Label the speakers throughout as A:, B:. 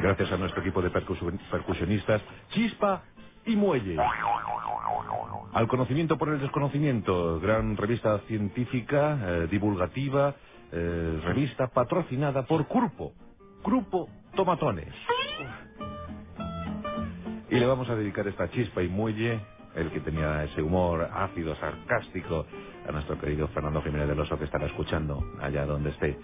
A: gracias a nuestro equipo de percusion- percusionistas, Chispa y Muelle. Al conocimiento por el desconocimiento, gran revista científica, eh, divulgativa, eh, revista patrocinada por Grupo, Grupo Tomatones. Y le vamos a dedicar esta Chispa y Muelle, el que tenía ese humor ácido, sarcástico, a nuestro querido Fernando Jiménez del Oso que estará escuchando allá donde esté.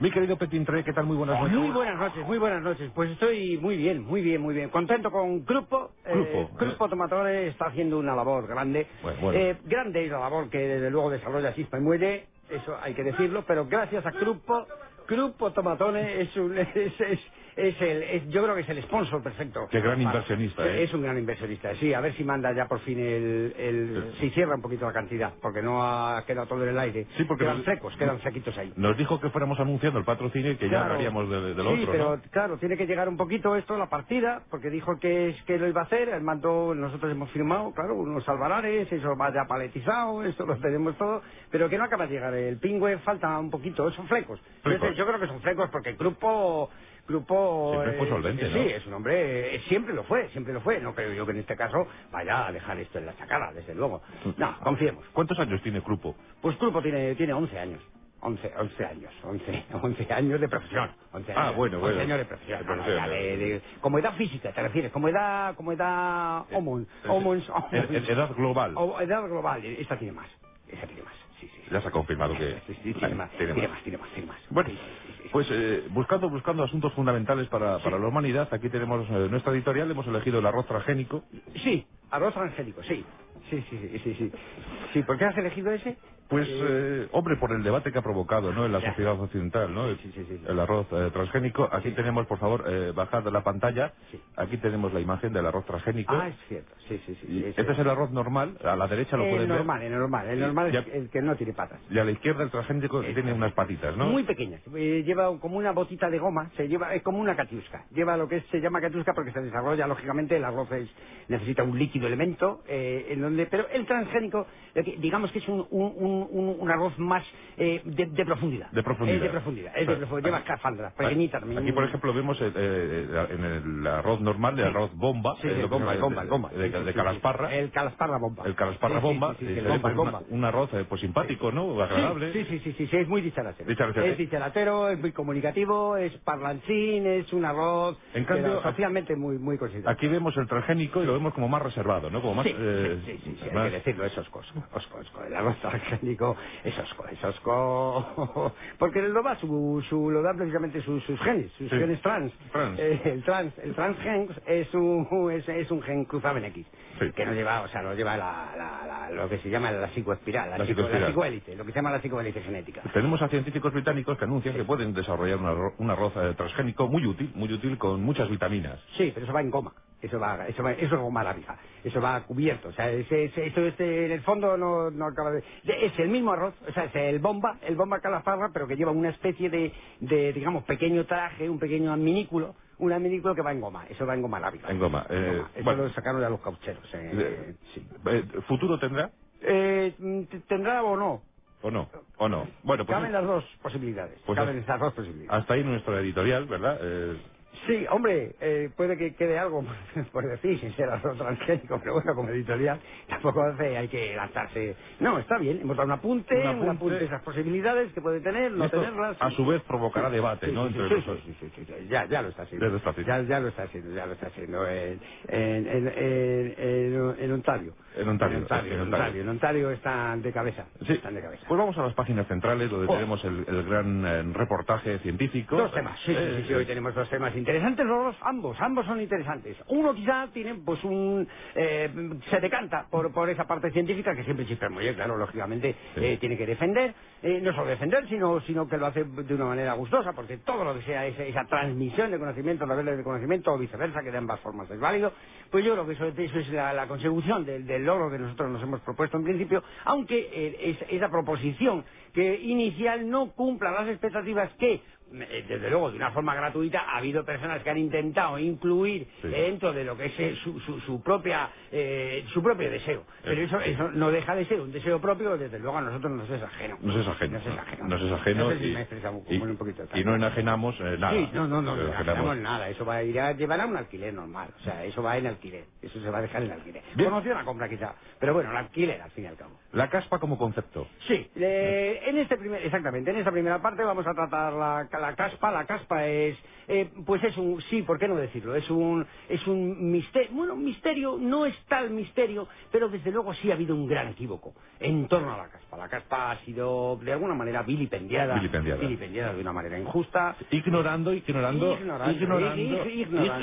A: Mi querido Petintré, ¿qué tal? Muy buenas noches.
B: Muy buenas noches, muy buenas noches. Pues estoy muy bien, muy bien, muy bien. Contento con Grupo. eh,
A: Grupo,
B: Grupo Tomatore está haciendo una labor grande.
A: Bueno, bueno.
B: Eh, grande es la labor que desde luego desarrolla Chispa y Muelle, eso hay que decirlo, pero gracias a Grupo, Grupo Tomatone es un... Es, es, es el, es- yo creo que es el sponsor perfecto.
A: Qué gran
B: Para-
A: inversionista, ¿eh?
B: Es un gran inversionista, sí. A ver si manda ya por fin el... el si cierra un poquito la cantidad, porque no ha quedado todo en el aire.
A: Sí, porque
B: quedan
A: no-
B: secos, quedan sequitos ahí.
A: Nos dijo que fuéramos anunciando el patrocinio y que ya
B: Claro.
A: hablaríamos de- del
B: Sí,
A: otro,
B: pero
A: ¿no?
B: claro, tiene que llegar un poquito esto a la partida, porque dijo que es que lo iba a hacer, el mando nosotros hemos firmado, claro, unos albaranes, eso va ya paletizado, eso lo tenemos todo, pero que no acaba de llegar el pingüe, falta un poquito, son flecos.
A: Flecos.
B: Entonces, yo creo que son flecos porque el grupo... Grupo...
A: Siempre fue
B: eh,
A: solvente,
B: Sí,
A: ¿no?
B: es un hombre... eh, siempre lo fue, siempre lo fue. No creo yo que en este caso vaya a dejar esto en la sacada, desde luego.
A: Mm.
B: No, confiemos.
A: ¿Cuántos años tiene Grupo?
B: Pues Culpo tiene, tiene 11 años. 11, 11 años, 11, 11 años de profesión. 11
A: Ah,
B: años,
A: bueno,
B: 11
A: bueno.
B: años de profesión.
A: De
B: no, no, ya
A: profesión, Eh,
B: de- de- como edad física, te refieres, como edad, como edad homons, homons,
A: Ed- ed- eh, edad global.
B: O- edad global, esta tiene más, esta tiene más, sí, sí. sí.
A: Ya se ha confirmado que...
B: Sí, sí, tiene,
A: Vale,
B: más,
A: tiene más.
B: tiene más, tiene más.
A: Bueno,
B: Sí, sí, sí, sí.
A: pues eh, buscando buscando asuntos fundamentales para, para la humanidad, aquí tenemos eh, nuestra editorial, hemos elegido el arroz transgénico.
B: Sí, arroz angélico, sí. Sí, sí, sí, sí, sí. Sí, ¿por qué has elegido ese?
A: Pues, eh, hombre, por el debate que ha provocado ¿no? en la
B: Ya.
A: sociedad occidental, ¿no?
B: Sí, sí, sí, sí.
A: el arroz eh, transgénico. Aquí tenemos, por favor, eh, bajad la pantalla.
B: Sí.
A: Aquí tenemos la imagen del arroz transgénico.
B: Ah, es cierto, sí, sí, sí.
A: Y
B: es
A: este es el arroz normal, a la derecha lo
B: el
A: pueden ver.
B: normal, el normal, el normal
A: Ya-
B: es el que no tiene patas.
A: Y a la izquierda el transgénico que tiene unas patitas, ¿no?
B: Muy pequeñas. Eh, lleva como una botita de goma, se lleva, es como una catiusca. Lleva lo que es- se llama catiusca porque se desarrolla, lógicamente, el arroz es- necesita un líquido elemento, eh, en donde, pero el transgénico, eh, que- digamos que es un, un- un- un- un arroz más eh, de, de profundidad.
A: De profundidad.
B: Es de profundidad, es
A: O sea,
B: de profundidad. Lleva
A: aquí-
B: escafandra, pequeñita también.
A: Aquí, por ejemplo, vemos el, eh, en el arroz normal, el
B: Sí.
A: arroz bomba,
B: Sí,
A: el
B: el bomba, el bomba, el bomba.
A: de,
B: Sí, sí,
A: de
B: sí, sí.
A: calasparra,
B: El calasparra bomba.
A: el calasparra
B: Sí, sí,
A: bomba,
B: sí, sí,
A: y
B: el
A: se ve,
B: bomba,
A: pues,
B: el
A: una-
B: bomba.
A: un arroz eh, pues simpático, ¿no? Agradable.
B: Sí, sí, sí, sí, sí, es muy dicharachero.
A: Dicharachero.
B: Es dicharachero, es muy comunicativo, es parlanchín, es un arroz...
A: En cambio,
B: pero socialmente muy, muy considerado.
A: Aquí vemos el transgénico y lo vemos como más reservado, ¿no? Como más...
B: Sí,
A: eh,
B: sí, sí, sí, sí, hay
A: más-
B: que decirlo, es osco, osco, osco, osco, el arroz transgénico es osco, es osco, porque lo da su, su, lo da precisamente sus, sus genes, sus
A: Sí.
B: genes trans.
A: Trans.
B: Eh, el trans, el transgen es un, es, es un gen cruzado en X,
A: Sí.
B: que no lleva, o sea, no lleva la, la- la- lo que se llama la psicoespiral, la,
A: La
B: psico-
A: psicoespiral.
B: la psicoélite, lo que se llama la psicoélite genética.
A: Tenemos a científicos británicos que anuncian que pueden desarrollar un arroz, un arroz, eh, transgénico muy útil, muy útil con muchas vitaminas.
B: Sí, pero eso va en goma. Eso va, eso va, eso es goma arábiga. Eso va cubierto. O sea, ese- ese- eso este, en el fondo no, no acaba de, de- Es el mismo arroz, o sea, es el bomba, el bomba calafarra, pero que lleva una especie de, de, digamos, pequeño traje, un pequeño minículo, un minículo que va en goma. Eso va en goma arábiga.
A: En goma, eh,
B: Eso
A: bueno.
B: lo sacaron a los caucheros. eh,
A: Eh,
B: sí.
A: eh, ¿Futuro tendrá
B: Eh, mm, t- ¿Tendrá o no?
A: o no? ¿O no? Bueno, pues...
B: Caben las dos posibilidades.
A: Pues
B: Caben
A: es-
B: esas dos posibilidades.
A: Hasta ahí nuestra editorial, ¿verdad? Eh,
B: Sí, hombre, eh, puede que quede algo por decir sin ser arroz transgénico, pero bueno, como editorial tampoco hace, hay que lanzarse. No, está bien, hemos dado un apunte,
A: Un
B: un
A: apunte.
B: apunte, esas posibilidades que puede tener, no
A: esto,
B: tenerlas.
A: a su vez, provocará debate,
B: Sí,
A: ¿no?
B: sí, sí,
A: Entre
B: sí,
A: nosotros.
B: sí, sí, sí, sí, ya, ya lo está haciendo.
A: Ya lo está haciendo.
B: Ya, ya lo está haciendo, ya lo está haciendo en, en, en, en- en- en Ontario.
A: En Ontario, en
B: En Ontario, en
A: Ontario.
B: Ontario, en Ontario están de cabeza.
A: Sí.
B: Están de cabeza.
A: Pues vamos a las páginas centrales donde
B: Oh.
A: tenemos el, el gran eh, reportaje científico.
B: Dos temas, sí, sí, sí, sí,
A: Eh,
B: hoy tenemos dos temas Interesantes los dos, ambos, ambos son interesantes. Uno quizá tiene pues un... eh, se decanta por, por esa parte científica que siempre Chisper Muñoz, claro, lógicamente
A: Sí.
B: eh, tiene que defender, eh, no solo defender, sino, sino que lo hace de una manera gustosa, porque todo lo que sea esa, esa transmisión de conocimiento, a través de conocimiento o viceversa, que de ambas formas es válido, pues yo creo que eso, eso es la, la consecución del, del logro que nosotros nos hemos propuesto en principio, aunque eh, es- esa proposición que inicial no cumpla las expectativas que eh, desde luego, de una forma gratuita, ha habido personas que han intentado incluir
A: Sí.
B: dentro de lo que es eh, su, su- su propia, eh, su propio deseo. Pero eso, eso no deja de ser un deseo propio, desde luego a nosotros nos es ajeno.
A: Nos es ajeno.
B: Nos es ajeno.
A: Nos es ajeno
B: No sé si
A: y,
B: me he expresado
A: y-
B: como un poquito
A: y no enajenamos eh, nada.
B: Sí, no, no, no,
A: Eh,
B: no enajenamos nada. Eso va a ir a llevar a un alquiler normal. O sea, eso va en alquiler. Eso se va a dejar en alquiler.
A: Bien.
B: Conoció una compra quizá, pero bueno, el alquiler al fin y al cabo.
A: La caspa como concepto.
B: Sí, eh, en este primer, exactamente, en esta primera parte vamos a tratar la, la caspa. La caspa es, eh, pues es un, sí, ¿por qué no decirlo? Es un, es un misterio, bueno, un misterio, no es tal misterio, pero desde luego sí ha habido un gran equívoco en torno a la caspa. La caspa ha sido, de alguna manera, vilipendiada.
A: Vilipendiada.
B: Vilipendiada de una manera injusta.
A: Ignorando, ignorando,
B: Ignorando,
A: ignorando,
B: ig- ig- ignorando,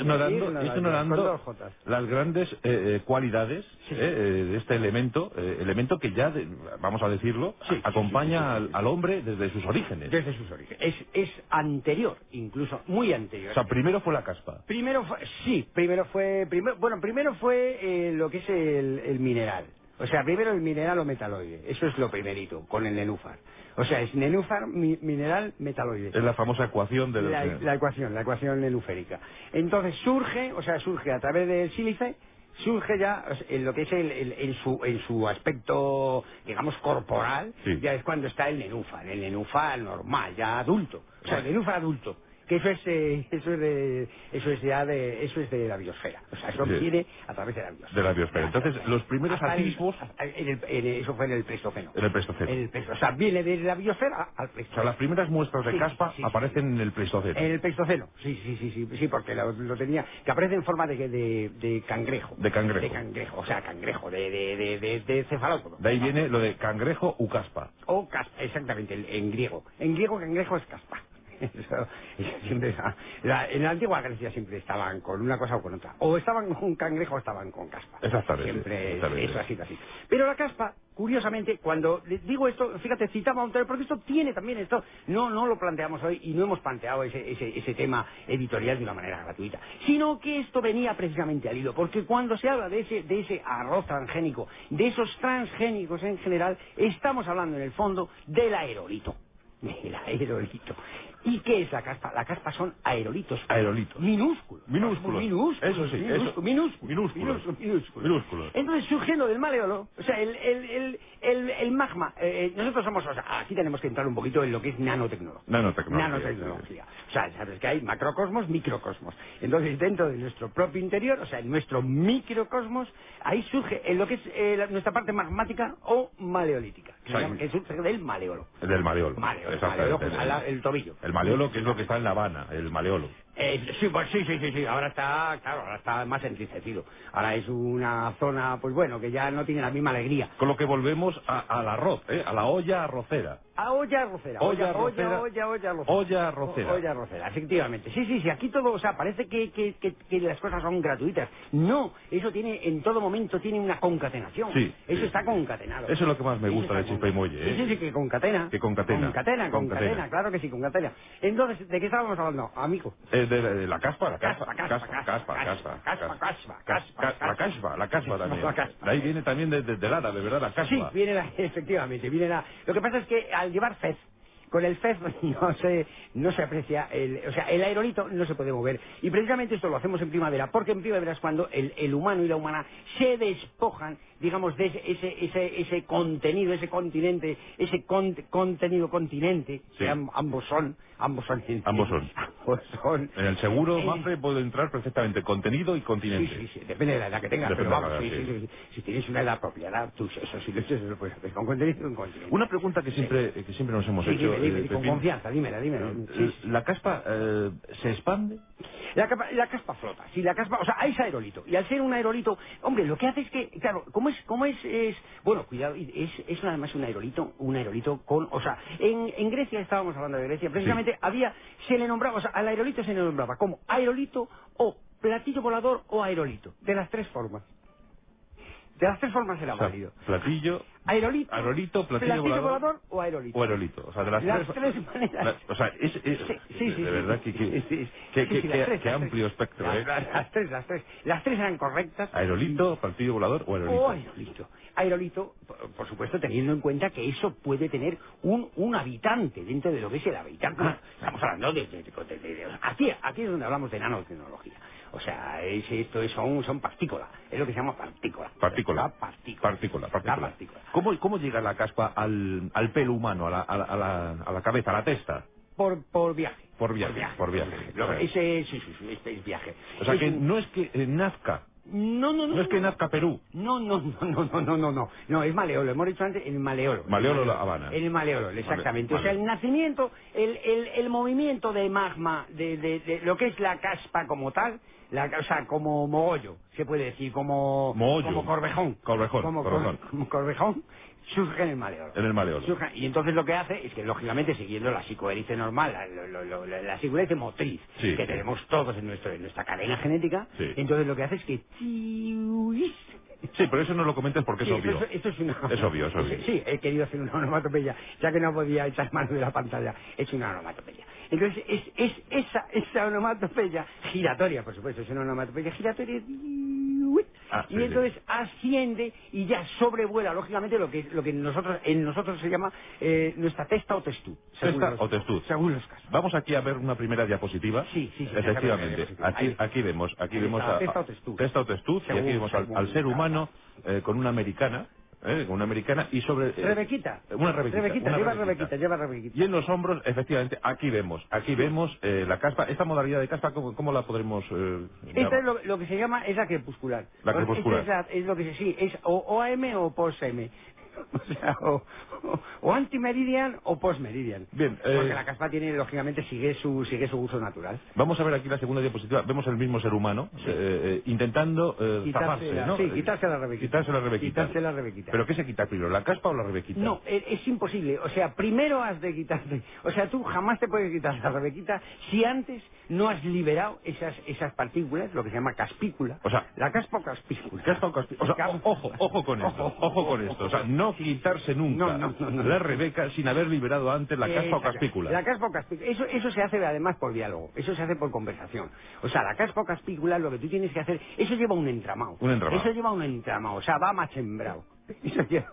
A: ignorando,
B: ignorando,
A: ignorando
B: con dos jotas.
A: las grandes eh, eh, cualidades
B: Sí.
A: eh, eh, de este elemento, eh, elemento que ya, de- vamos a decirlo,
B: Sí, sí,
A: acompaña
B: sí, sí, sí,
A: al-
B: sí.
A: Al, hombre desde sus orígenes.
B: Desde sus orígenes. Es, es anterior, incluso, muy anterior.
A: O sea, primero fue la caspa.
B: Primero fue, sí, primero fue, primero, bueno, primero fue eh, lo que es el, el mineral. O sea, primero el mineral o metaloide. Eso es lo primerito, con el nenúfar. O sea, es nenúfar, mi- mineral, metaloide.
A: Es la famosa ecuación de
B: La, e-, la ecuación, la ecuación nenuférica. Entonces surge, o sea, surge a través del sílice, surge ya o sea, en lo que es el, el- en, su, en su aspecto, digamos, corporal,
A: Sí.
B: ya es cuando está el nenúfar, el nenúfar normal, ya adulto, o sea, el nenúfar adulto. Que eso es, eh, eso es de, eso es ya de, eso es de la biosfera. O sea, eso
A: Sí.
B: viene a través de la biosfera.
A: De la biosfera. Entonces, los primeros
B: Hasta el-
A: atisbos-
B: hasta el- en el- en- eso fue en el Pleistoceno.
A: En el Pleistoceno.
B: En el Pleisto- o sea, viene de la biosfera al
A: O
B: Pleistoceno.
A: sea, las primeras muestras de
B: Sí, sí,
A: caspa
B: sí, sí,
A: aparecen en el Pleistoceno.
B: En el Pleistoceno, sí, sí, sí, sí, sí porque lo, lo tenía, que aparece en forma de, de, de cangrejo.
A: De cangrejo.
B: De cangrejo, o sea, cangrejo, de, de, de, de, de cefalópodo.
A: De ahí viene lo de cangrejo u caspa.
B: O caspa, exactamente, en- en griego. En griego cangrejo es caspa. Eso- eso siempre está- la- en la antigua Grecia siempre estaban con una cosa o con otra. O estaban con cangrejo o estaban con caspa.
A: Exactamente,
B: Siempre
A: exactamente.
B: eso ha sido así. Pero la caspa, curiosamente, cuando le- digo esto, fíjate, citaba a Montero, porque esto tiene también esto. No, no lo planteamos hoy y no hemos planteado ese, ese, ese tema editorial de una manera gratuita. Sino que esto venía precisamente al hilo, porque cuando se habla de ese, de ese arroz transgénico, de esos transgénicos en general, estamos hablando en el fondo del aerolito. Del aerolito. ¿Y qué es la caspa? La caspa son aerolitos.
A: Aerolitos.
B: Minúsculos.
A: Minúsculos.
B: Minúsculos.
A: Eso sí, eso.
B: minúsculos, Minúsculos.
A: Minúsculos.
B: minúsculos.
A: Minúsculos.
B: Entonces, surgiendo del mar Eolo, o sea, el, el, el, el, el magma, eh, nosotros somos, o sea, aquí tenemos que entrar un poquito en lo que es nanotecnología.
A: Nanotecnología,
B: Nanotecnología. O sea, sabes que hay macrocosmos, microcosmos. Entonces, dentro de nuestro propio interior, o sea, en nuestro microcosmos, ahí surge en lo que es eh, la- nuestra parte magmática o maleolítica.
A: O
B: Que,
A: sea,
B: se llama- que surge del maleolo.
A: El del maleolo.
B: Maleolo,
A: Exactamente.
B: maleolo, al- al- el tobillo.
A: El maleolo, que es lo que está en La Habana, el maleolo.
B: Eh, sí, pues sí, sí, sí, sí, ahora está, claro, ahora está más entristecido. Ahora es una zona, pues bueno, que ya no tiene la misma alegría.
A: Con lo que volvemos a- al arroz, ¿eh? a la olla arrocera.
B: A olla arrocera.
A: Olla arrocera.
B: Olla, olla, olla arrocera.
A: Olla arrocera.
B: O- Olla arrocera, efectivamente. Sí, sí, sí, aquí todo, o sea, parece que, que- que- que las cosas son gratuitas. No, eso tiene, en todo momento tiene una concatenación.
A: Sí,
B: Eso
A: sí,
B: está
A: sí.
B: concatenado.
A: Eso es lo que más me
B: Eso
A: gusta
B: está
A: de Chispa y
B: conca-
A: Muelle, ¿eh?
B: Sí, sí, sí, que concatena.
A: Que concatena.
B: Concatena, concatena,
A: Concatena.
B: claro que sí, concatena. Entonces, ¿de qué estábamos hablando, amigo?
A: Eh, de, de la caspa, la caspa.
B: Caspa, caspa,
A: caspa,
B: caspa,
A: caspa,
B: caspa,
A: caspa,
B: caspa, caspa,
A: Ca- La caspa, la caspa también.
B: La caspa.
A: De ahí viene también desde del árabe, ¿verdad? La caspa.
B: Sí, viene la, efectivamente, viene la... Lo que pasa es que al llevar fez, con el fez no se, no se aprecia, el, o sea, el aerolito no se puede mover. Y precisamente esto lo hacemos en primavera, porque en primavera es cuando el, el humano y la humana se despojan, digamos, de ese, ese, ese, ese contenido, ese continente, ese con- contenido continente,
A: Sí.
B: que am- ambos son, ambos son.
A: Ambos son.
B: ambos son.
A: En el seguro,
B: Eh,
A: Mafre, puede entrar perfectamente contenido y
B: Sí,
A: continente.
B: sí, sí, depende de la edad que tengas,
A: Depende
B: pero
A: de la
B: vamos,
A: edad,
B: sí,
A: sí.
B: sí, sí, sí. si tienes pues una edad apropiada, tú eso sí, eso, sí lo puedes hacer con contenido, con contenido.
A: Una pregunta que siempre, que siempre nos hemos
B: Sí,
A: hecho eh, Dime, dime,
B: con confianza, dímela, dímela. Sí, sí.
A: ¿La caspa eh, se expande?
B: La, capa- la caspa flota, sí, la caspa, o sea, es aerolito. Y al ser un aerolito, hombre, lo que hace es que, claro, como es, como es, es bueno, cuidado, y es, es nada más un aerolito, un aerolito con, o sea, en, en Grecia, estábamos hablando de Grecia, precisamente había, se le nombraba, o sea, al aerolito se le nombraba como aerolito o platillo volador o aerolito, de las tres formas. De las tres formas era
A: O sea,
B: válido.
A: platillo,
B: Aerolito,
A: aerolito, platillo, volador,
B: volador o aerolito.
A: o aerolito. O sea, de las,
B: Las tres maneras.
A: la- o sea, es, es-
B: Sí,
A: de,
B: sí, sí,
A: de
B: sí,
A: verdad
B: sí,
A: que, que,
B: sí, sí.
A: que-
B: Sí,
A: que-
B: sí, las
A: que-
B: tres,
A: que
B: las
A: amplio
B: tres.
A: espectro,
B: Las,
A: ¿eh?
B: las- las tres, las tres. Las tres eran correctas.
A: Aerolito, platillo volador o aerolito.
B: O aerolito. Aerolito, por, por supuesto, teniendo en cuenta que eso puede tener un, un habitante dentro de lo que es el habitante.
A: Ah,
B: Estamos hablando de... de- de- de- de- aquí, aquí es donde hablamos de nanotecnología. O sea, es- esto es, son, son partículas. Es lo que se llama partícula.
A: Partícula.
B: La partícula.
A: Partícula,
B: La
A: partícula.
B: partícula.
A: ¿Cómo, ¿Cómo llega la caspa al, al pelo humano, a la, a, la, a, la, a la cabeza, a la testa?
B: Por, por viaje.
A: Por viaje, por viaje.
B: Lo- Ese, sí, sí, sí, este es viaje.
A: O sea,
B: Es
A: que
B: un-
A: no es que eh, nazca,
B: No, no, no.
A: no es que nazca Perú.
B: No, no, no, no, no, no, no, no. No, es Maleolo, hemos dicho antes, el Maleolo.
A: Maleolo, La Habana.
B: El Maleolo, exactamente.
A: Vale,
B: O sea,
A: vale.
B: el nacimiento, el, el, el movimiento de magma, de, de, de lo que es la caspa como tal, la, o sea, como mogollo, se puede decir, como,
A: Mogollo.
B: como corvejón.
A: Corvejón,
B: como, cor-
A: corvejón.
B: como corvejón, surge en el Maleolo.
A: En el Maleolo.
B: Surge- y entonces lo que hace es que, lógicamente, siguiendo la psicohélice normal, la, lo- lo- lo- la, la psicohélice motriz,
A: Sí,
B: que
A: sí.
B: tenemos todos en, nuestro, en nuestra cadena genética,
A: Sí.
B: entonces lo que hace es que... chiuis,
A: Sí, pero eso no lo comentas porque
B: Sí,
A: es obvio.
B: Esto, esto es, una...
A: Es obvio, es obvio.
B: Sí, sí, he querido hacer una onomatopeya, ya que no podía echar mano de la pantalla. He hecho una onomatopeya. Entonces, es, es, esa, esa onomatopeya giratoria, por supuesto, es una onomatopeya giratoria.
A: Ah, sí,
B: y
A: sí.
B: entonces asciende y ya sobrevuela, lógicamente, lo que, lo que nosotros, en nosotros se llama eh, nuestra testa o testú. según
A: Testa
B: los-
A: o testud.
B: Según los casos.
A: Vamos aquí a ver una primera diapositiva.
B: Sí, sí, sí, esa primera
A: Efectivamente.
B: diapositiva.
A: Aquí,
B: Ahí.
A: aquí vemos, aquí
B: Ahí
A: vemos
B: está,
A: a,
B: testa o testuz.
A: testa o testuz, y aquí
B: Según-
A: vemos al,
B: según
A: al ser
B: cada-
A: humano eh, con una americana, eh, con una americana y sobre... eh,
B: Rebequita.
A: Una rebequita.
B: Rebequita,
A: una
B: lleva
A: rebequita.
B: rebequita, lleva rebequita.
A: Y en los hombros, efectivamente, aquí vemos, aquí vemos eh, la caspa. Esta modalidad de caspa, ¿cómo, cómo la podremos eh,
B: Esta
A: llamar?
B: es Este lo, lo que se llama es la crepuscular.
A: La
B: Bueno,
A: crepuscular.
B: esta es, la- es lo que se sí, es o OAM o post-M. O sea, o, o, o antimeridian o post-meridian.
A: Bien, eh,
B: Porque la caspa tiene, lógicamente, sigue su, sigue su uso natural.
A: Vamos a ver aquí la segunda diapositiva. Vemos el mismo ser humano eh, eh, intentando eh,
B: Quitarse
A: zafarse,
B: la-
A: ¿no?
B: sí, quitarse la rebequita.
A: Quitarse la rebequita.
B: Quitarse la rebequita.
A: ¿Pero qué se quita primero, la caspa o la rebequita?
B: No, e- es, imposible. O sea, primero has de quitarte. O sea, tú jamás te puedes quitar la rebequita si antes no has liberado esas, esas partículas, lo que se llama caspícula.
A: O sea,
B: la caspa o caspícula.
A: Caspa o caspi- o sea,
B: Caspa-
A: o- ojo, ojo con esto,
B: Ojo,
A: ojo, con esto. O sea, no quitarse nunca
B: No, no, no, no.
A: la Rebeca sin haber liberado antes la caspa o
B: Exacto.
A: caspícula.
B: La caspa o caspícula. Eso, eso se hace además por diálogo, eso se hace por conversación. O sea, la caspa o caspícula lo que tú tienes que hacer, eso lleva un entramado.
A: Un entramado.
B: Eso lleva un entramado, o sea, va más sembrado. Eso lleva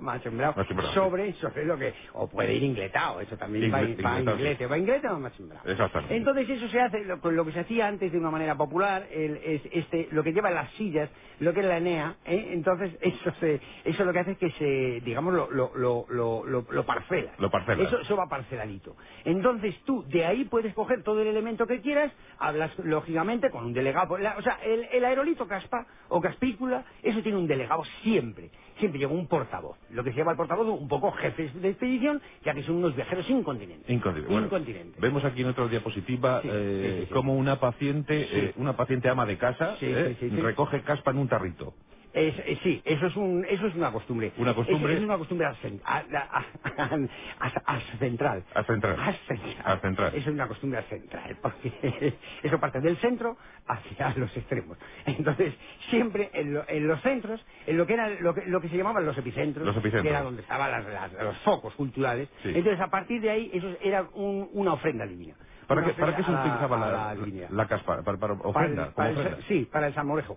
B: más sembrado
A: Más sembrado,
B: sobre, sobre lo que... O puede ir ingletado, eso también va,
A: Ingle-
B: va
A: ingletado, sí.
B: inglete. ¿Va inglete o más sembrado?
A: Exactamente.
B: Entonces eso se hace lo- con lo que se hacía antes de una manera popular, el- es- este, lo que lleva las sillas, lo que es la enea, ¿eh? entonces eso se, eso lo que hace es que se, digamos, lo, lo, lo, lo, lo- lo parcela.
A: Lo parcelas.
B: Eso, eso va parceladito. Entonces tú de ahí puedes coger todo el elemento que quieras, hablas lógicamente con un delegado. por la- o sea, el, el aerolito caspa o caspícula, eso tiene un delegado siempre. Siempre lleva un portavoz. Lo que se llama el portavoz, un poco jefes de expedición, ya que son unos viajeros incontinentes.
A: Incontinente. Bueno,
B: Incontinentes.
A: Vemos aquí en otra diapositiva
B: Sí,
A: eh,
B: sí, sí, sí.
A: como una paciente, eh, una paciente ama de casa,
B: Sí,
A: eh,
B: sí, sí, sí.
A: recoge caspa en un tarrito.
B: Es- eh, sí, eso es, un, eso es una costumbre.
A: Una costumbre.
B: Es, es una costumbre ascen- a- a- a- a- ascentral.
A: Ascentral.
B: Ascentral.
A: Ascentral.
B: Es una costumbre ascentral, porque eso parte del centro hacia los extremos. Entonces, siempre en, lo- en los centros, en lo que, era, lo, que, lo que se llamaban los epicentros,
A: Los epicentros.
B: que era donde estaban las- las- los focos culturales,
A: Sí.
B: entonces a partir de ahí eso era un- una ofrenda divina.
A: ¿Para
B: Una
A: qué, para qué se
B: ofrenda a la-
A: utilizaba la,
B: a divinidad.
A: la caspa? ¿Para, para
B: Para
A: ofrenda?
B: el-
A: como
B: para el-
A: ofrenda.
B: sí, para el salmorejo.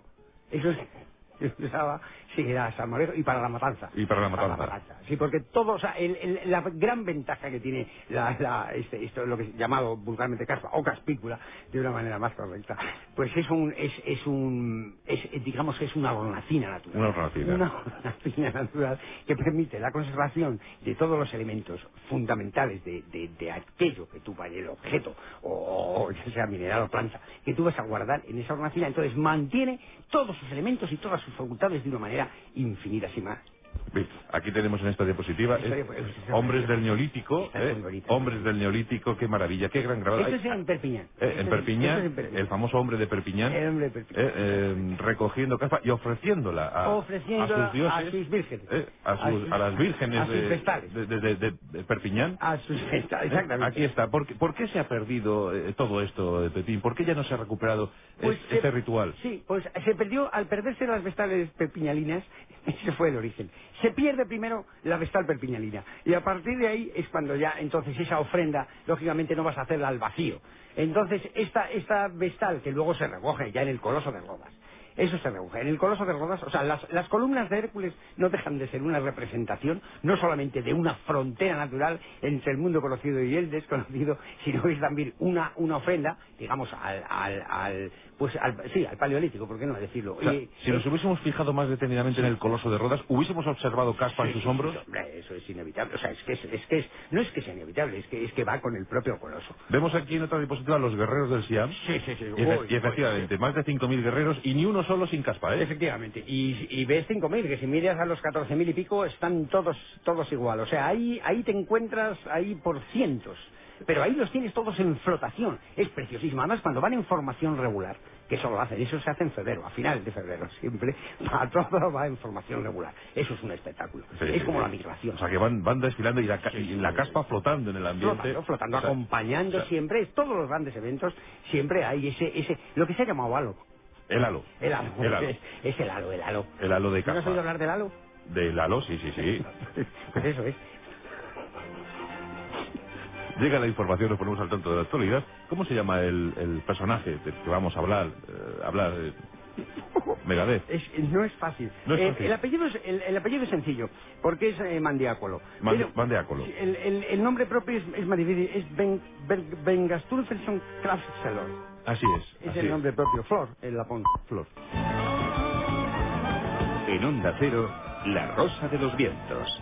B: Eso es- yo pensaba, sí, era salmorejo y para la matanza.
A: Y para la matanza.
B: Sí, porque todo, o sea, el- el- la gran ventaja que tiene la, la- este, esto, lo que es llamado vulgarmente caspa o caspícula, de una manera más correcta, pues es un, es, es un, es, eh, digamos, es una hornacina natural.
A: Una hornacina.
B: Una hornacina natural que permite la conservación de todos los elementos fundamentales de, de- de aquello que tú vayas, el objeto, o, o ya sea mineral o planta, que tú vas a guardar en esa hornacina. Entonces mantiene todos sus elementos y todas sus facultades de una manera infinitísima.
A: Bien, Aquí tenemos en esta diapositiva
B: Esta
A: eh,
B: diapositiva.
A: hombres del neolítico,
B: Esta es
A: eh,
B: un neolítico.
A: hombres del neolítico, qué maravilla, qué gran grabado.
B: Esto
A: Hay-
B: es en Perpiñán.
A: eh,
B: Esto
A: en
B: es-
A: Perpiñán,
B: esto es en Perpiñán.
A: el famoso hombre de Perpiñán,
B: El hombre de Perpiñán.
A: eh, eh, recogiendo caspa y ofreciéndola a,
B: Ofreciéndola
A: a sus dioses,
B: a sus vírgenes.
A: eh, a,
B: A
A: sus-
B: sus-
A: a las vírgenes
B: a sus
A: de,
B: vestales.
A: de- de- de- de Perpiñán.
B: A sus...
A: Eh,
B: está- Ah, Exactamente.
A: Aquí está. ¿Por qué, por qué se ha perdido eh, todo esto, eh, Pepín? ¿Por qué ya no se ha recuperado es-
B: Pues se-
A: este ritual?
B: Sí, pues se perdió, al perderse las vestales perpiñalinas, ese fue el origen. Se pierde primero la vestal perpiñalina. Y a partir de ahí es cuando ya, entonces, esa ofrenda, lógicamente, no vas a hacerla al vacío. Entonces, esta, esta vestal, que luego se recoge ya en el coloso de Rodas, eso se recoge. En el Coloso de Rodas, o sea, las, las columnas de Hércules no dejan de ser una representación, no solamente de una frontera natural entre el mundo conocido y el desconocido, sino que es también una, una ofrenda, digamos, al, al, al- pues al, sí, al paleolítico, ¿por qué no decirlo?
A: O
B: Eh,
A: sea,
B: Y-
A: si nos hubiésemos fijado más detenidamente en el coloso de Rodas, ¿hubiésemos observado caspa en
B: Sí,
A: sus
B: sí,
A: hombros?
B: sí, hombre, eso es inevitable. O sea, es que es, es que es, no es que sea inevitable, es que, es que va con el propio Coloso.
A: Vemos aquí en otra diapositiva a los guerreros del Siam.
B: Sí, sí, sí.
A: Y, efe-
B: Uy,
A: y efectivamente, más de 5.000 guerreros y ni uno solo sin caspa, ¿eh?
B: Efectivamente, y, y ves 5.000, que si miras a los 14.000 y pico están todos todos igual. O sea, ahí, ahí te encuentras ahí por cientos, pero ahí los tienes todos en flotación. Es preciosísimo. Además, cuando van en formación regular, que eso lo hacen, eso se hace en febrero, a final de febrero siempre, a todo va en formación regular. Eso es un espectáculo.
A: Sí,
B: es
A: sí,
B: como
A: sí.
B: la migración.
A: O sea, que van, van desfilando y la, ca-
B: Sí, sí,
A: y la
B: sí,
A: caspa
B: sí.
A: flotando en el ambiente.
B: Flotando, flotando,
A: O sea,
B: acompañando
A: o sea,
B: siempre, todos los grandes eventos, siempre hay ese, ese, lo que se ha llamado halo.
A: El halo.
B: El halo.
A: El halo.
B: Es, es el halo, el halo.
A: El halo de
B: ¿No has
A: caspa.
B: oído hablar del halo?
A: Del halo, sí, sí, sí.
B: Pues eso es.
A: Llega la información, nos ponemos al tanto de la actualidad. ¿Cómo se llama el, el personaje del que vamos a hablar? eh, hablar eh, Megadez.
B: Es- no es fácil.
A: No es
B: Eh,
A: fácil.
B: El, apellido es, el, el apellido es sencillo, porque es eh, Mandiácolo.
A: Mand-
B: Pero-
A: Mandiácolo.
B: Sí, El, el- el nombre propio es, es más difícil, es ben, ben, Bengasturfelson Kraftseller.
A: Así es.
B: Es
A: así
B: el nombre propio, Flor, el lapón, Flor.
C: En Onda Cero, La Rosa de los Vientos.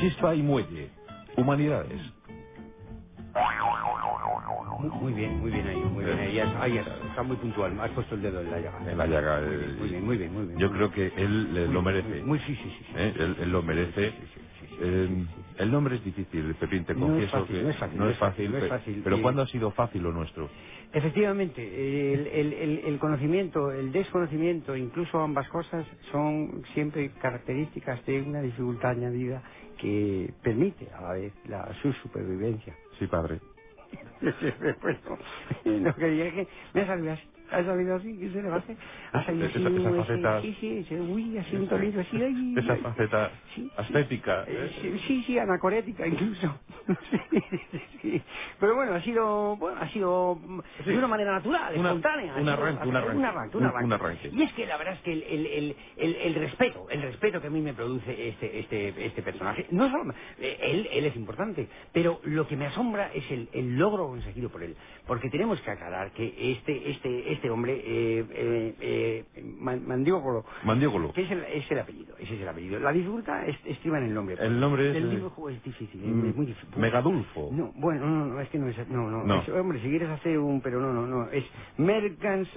A: Chispa y muelle. Humanidades.
B: Muy, muy bien, muy bien ahí, muy bien ahí.
A: Eh.
B: Ahí ahí está, está muy puntual, has puesto el dedo en la llaga.
A: En la llaga.
B: Muy
A: eh,
B: bien, muy bien, muy bien. muy bien.
A: Yo creo que él eh,
B: Muy-
A: lo merece.
B: Muy, sí, sí, sí. sí.
A: ¿eh? Él, él lo merece.
B: Sí, sí, sí, sí, sí,
A: Eh,
B: sí, sí, sí.
A: el nombre es difícil, Pepín, te
B: No es
A: confieso
B: fácil,
A: que
B: no es fácil,
A: no es fácil,
B: no es
A: pe-
B: fácil, eh.
A: pero
B: y-
A: ¿cuándo ha sido fácil lo nuestro?
B: Efectivamente, el, el- el- el conocimiento, el desconocimiento, incluso ambas cosas, son siempre características de una dificultad añadida que permite a la vez la, su supervivencia.
A: Sí, padre.
B: Bueno, lo que diría es que me ha salido así. Ha salido así, que se le va a hacer. Ha salido así,
A: Esa- esa
B: ese-
A: faceta-
B: sí, sí, ese- uy, así un tornillo así, ay,
A: Esa
B: ay.
A: faceta
B: Sí,
A: ascética,
B: eh,
A: ¿eh?
B: sí, sí, sí, anacorética incluso. Sí, sí. Pero bueno, ha sido, bueno, ha sido mm,
A: Sí.
B: de una manera natural,
A: Una-
B: espontánea. ha
A: un
B: sido-
A: arranque, un
B: ha-
A: arranque.
B: un arranque, un
A: Un-
B: arranque.
A: un arranque.
B: Y es que la verdad es que el, el- el- el- el respeto, el respeto que a mí me produce este, este, este personaje, no solo eh, él, él es importante, pero lo que me asombra es el, el logro conseguido por él. Porque tenemos que aclarar que este, este, este hombre, eh, eh, eh, Man- Mandíbulo,
A: Mandiógolo.
B: que es el, es el apellido, ese es el apellido. La dificultad es, estriba en el nombre. pues.
A: El nombre es,
B: El
A: eh,
B: dibujo es difícil, eh,
A: mm,
B: es muy difícil.
A: Megadulfo.
B: No, bueno, no, no, es que no es... No, no,
A: No.
B: es- hombre, si quieres hacer un... Pero no, no, no, es Mergans,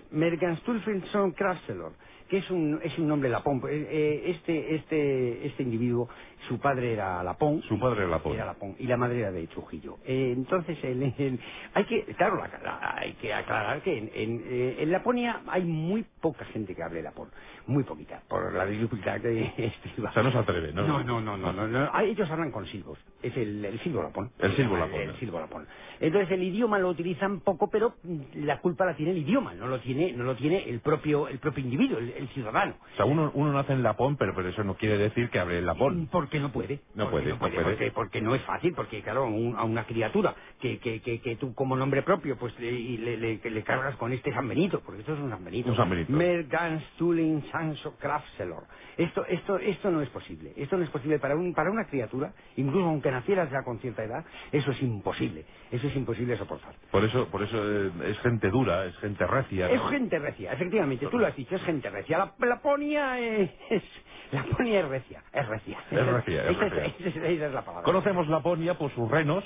B: Merganstulfenson Krasselor, que es un, es un nombre lapón. Eh, eh, Este, este, este individuo, su padre era lapón.
A: Su padre era lapón.
B: Era lapón, y la madre era de Trujillo. Eh, entonces, el- el- hay que... Claro, la- la- hay que aclarar que en, en, eh, en Laponia hay muy poca gente que hable lapón. Muy poquita, por la dificultad que... estriba.
A: O sea, no se atreve, ¿no?
B: No, no, no, no, no, no. Ah, ellos hablan con silbos. Es el, el silbo lapón.
A: El silbo lapón.
B: El silbo lapón. Entonces el idioma lo utilizan poco, pero la culpa la tiene el idioma, no lo tiene, no lo tiene el propio, el propio individuo, el, el ciudadano.
A: O sea, uno, uno nace en Lapón, pero, pero eso no quiere decir que hable en Lapón.
B: Mm, Porque no puede.
A: No
B: Porque
A: puede, no puede.
B: Porque, porque no es fácil, porque claro, a un- a una criatura que, que, que, que tú como nombre propio, pues le, y le, le- que le cargas con este San Benito, porque esto es un San Benito.
A: Un San Benito.
B: Merganstuling Sanso Kraftselor. Esto, esto, esto no es posible. Esto no es posible para, un, para una criatura, incluso aunque nacieras ya con cierta edad, eso es imposible. Eso es imposible soportar.
A: Por eso, por eso eh, es gente dura, es gente recia. ¿no?
B: Es gente recia, efectivamente, tú lo has dicho, es gente recia. La, la ponía eh, es... La ponía es recia, es recia.
A: Es recia, es
B: Esa
A: recia.
B: esa- esa es la palabra.
A: Conocemos Laponia por sus renos,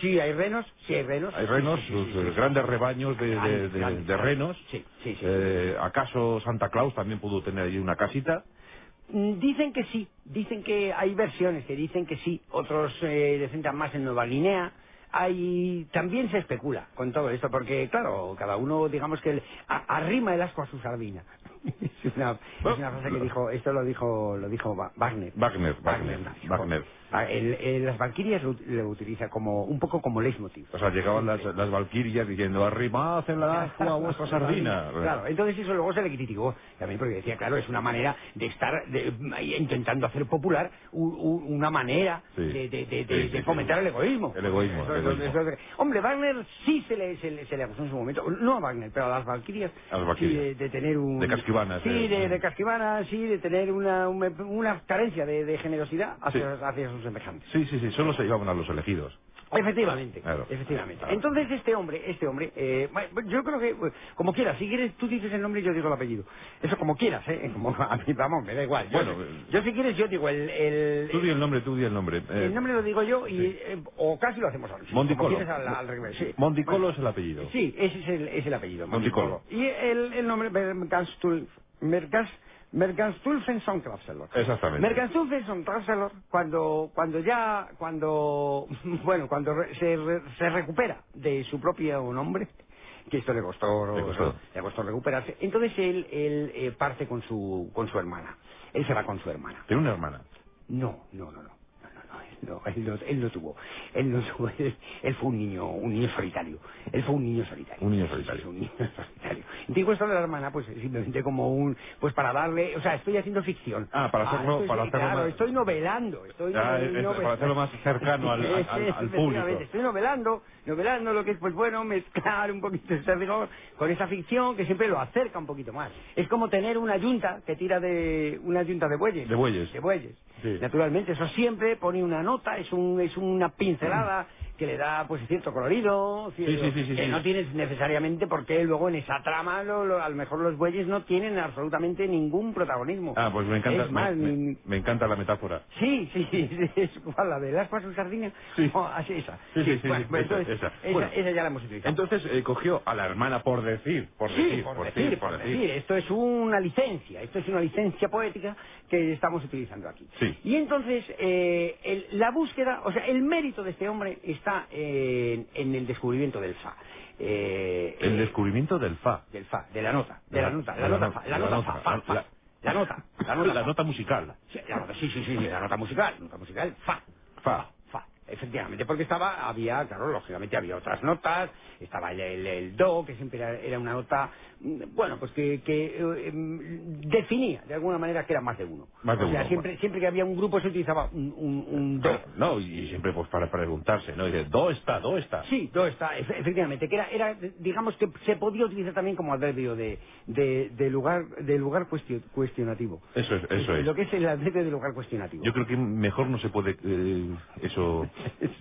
B: Sí, hay renos, sí hay renos.
A: Hay renos,
B: Sí, sí,
A: los
B: sí, sí,
A: eh,
B: sí.
A: grandes rebaños de, de-
B: Grandes,
A: de-
B: grandes,
A: de renos.
B: Sí, sí, sí.
A: Eh, ¿Acaso Santa Claus también pudo tener allí una casita?
B: Mm, Dicen que sí, dicen que hay versiones que dicen que sí, otros eh, le centran más en Nueva Guinea. Hay, también se especula con todo esto, porque claro, cada uno, digamos que el- a- arrima el asco a su sardina. es, una, es una frase que dijo, esto lo dijo, lo dijo Ba- Wagner.
A: Wagner, Wagner,
B: lo dijo.
A: Wagner.
B: Ah, el- el- las Valquirias lo, lo utiliza como, un poco como leitmotiv.
A: O sea, llegaban las, las valquirias diciendo, arrimad en la agua vuestra sardina.
B: Claro, entonces eso luego se le criticó también porque decía, claro, es una manera de estar de- intentando hacer popular u- u- una manera
A: Sí.
B: de, de- de-
A: Sí,
B: de-
A: sí,
B: de
A: sí.
B: fomentar el egoísmo.
A: El egoísmo,
B: Eso-
A: el
B: eso-
A: egoísmo.
B: eso- hombre, Wagner sí se le, se, le, se le acusó en su momento, no a Wagner, pero a las Valquirias,
A: A las Valquirias.
B: sí, de, de tener un...
A: De casquivanas,
B: Sí,
A: eh.
B: de, de casquivanas, sí, de tener una, una, una carencia de, de generosidad hacia,
A: Sí.
B: hacia sus semejantes.
A: Sí, sí, sí, solo se llevaban a los elegidos.
B: Efectivamente,
A: Claro.
B: efectivamente.
A: Claro.
B: Entonces este hombre, este hombre, eh, bueno, yo creo que, eh, como quieras, si quieres tú dices el nombre y yo digo el apellido. Eso como quieras, ¿eh? Como a mí, vamos, me da igual. Yo-
A: Bueno,
B: yo,
A: eh,
B: si quieres yo digo el... el
A: Tú di el nombre, tú di el nombre.
B: el
A: Eh,
B: nombre lo digo yo y,
A: sí.
B: eh, o casi lo hacemos ahora.
A: Mondicolo.
B: Como quieres al, al revés, sí.
A: Mondicolo
B: Bueno,
A: es el apellido.
B: Sí, ese es el, es el apellido.
A: Mondicolo.
B: Y el, el nombre Mercanstulf. Mercans, Mercanstulfenson Krafselor.
A: Exactamente.
B: Mercanstulfenson Krafselor, cuando, cuando ya, cuando, bueno, cuando re- se, re- se recupera de su propio nombre, que esto le costó,
A: Le costó.
B: le costó recuperarse, entonces él, él eh, parte con su, con su hermana. Él se va con su hermana.
A: Tiene una hermana.
B: No, no, no, no. No, no, no, él no, él no, él no tuvo, él no tuvo, él, él fue un niño, un niño solitario, él fue un niño solitario.
A: Un niño solitario.
B: Sí, un niño solitario. Digo esto de la hermana, pues simplemente como un, pues para darle, o sea, estoy haciendo ficción.
A: Ah, para hacerlo-
B: estoy-
A: para hacerlo
B: claro,
A: más-
B: estoy novelando, estoy
A: Ah,
B: novel-
A: es-
B: novel-
A: para hacerlo más cercano al- al- al- al público.
B: Efectivamente, estoy novelando, novelando lo que es, pues bueno, mezclar un poquito ese rigor con esa ficción que siempre lo acerca un poquito más. Es como tener una yunta que tira de, una yunta de bueyes.
A: De bueyes.
B: De bueyes.
A: Sí.
B: Naturalmente, eso siempre pone una nota, es un, es una pincelada que le da pues cierto colorido, cierto-
A: Mm. sí, sí, sí,
B: que
A: sí.
B: no tienes necesariamente porque luego en esa trama lo- lo- a lo mejor los bueyes no tienen absolutamente ningún protagonismo.
A: Ah, pues me encanta,
B: Es más,
A: me,
B: ni-
A: me- me encanta la metáfora.
B: Sí, sí, sí, es igual la de las ascuas su sardina.
A: Sí.
B: Oh, así esa.
A: Sí, sí, sí,
B: bueno,
A: sí,
B: pues
A: esa,
B: entonces,
A: esa.
B: esa,
A: Bueno.
B: esa ya la hemos utilizado.
A: Entonces eh, cogió a la hermana por decir, por
B: Sí,
A: decir,
B: por, decir, por decir. Esto es una licencia, esto es una licencia poética que estamos utilizando aquí.
A: Sí.
B: Y entonces, eh, el- la búsqueda, o sea, el mérito de este hombre está en, en el descubrimiento del fa. Eh,
A: El
B: eh,
A: descubrimiento del fa.
B: del fa, de la nota, de la nota,
A: de
B: la
A: la
B: nota,
A: no-
B: fa, la
A: de la
B: nota,
A: nota,
B: fa, fa, fa.
A: la-
B: la nota, la nota,
A: La nota musical.
B: Sí, la nota, sí, sí, sí, sí, la nota musical, nota musical, fa.
A: Fa.
B: Fa. Efectivamente, porque estaba, había, claro, lógicamente había otras notas, estaba el, el- el do, que siempre era, era una nota, mm, bueno, pues que, que, eh, em, definía de alguna manera que era más de uno.
A: Más de
B: o sea,
A: uno, Ah,
B: siempre, siempre que había un grupo se utilizaba un, un- un do.
A: No, y siempre pues para preguntarse, ¿no? Dice, ¿dó está? ¿Dó está?
B: Sí, do está, efe- efectivamente, que era, era, digamos que se podía utilizar también como adverbio de, de, de lugar, de lugar cuestio- cuestionativo. Eh,
A: Eso es, eso es.
B: Lo que es el adverbio de lugar cuestionativo.
A: Yo creo que mejor no se puede eh, eso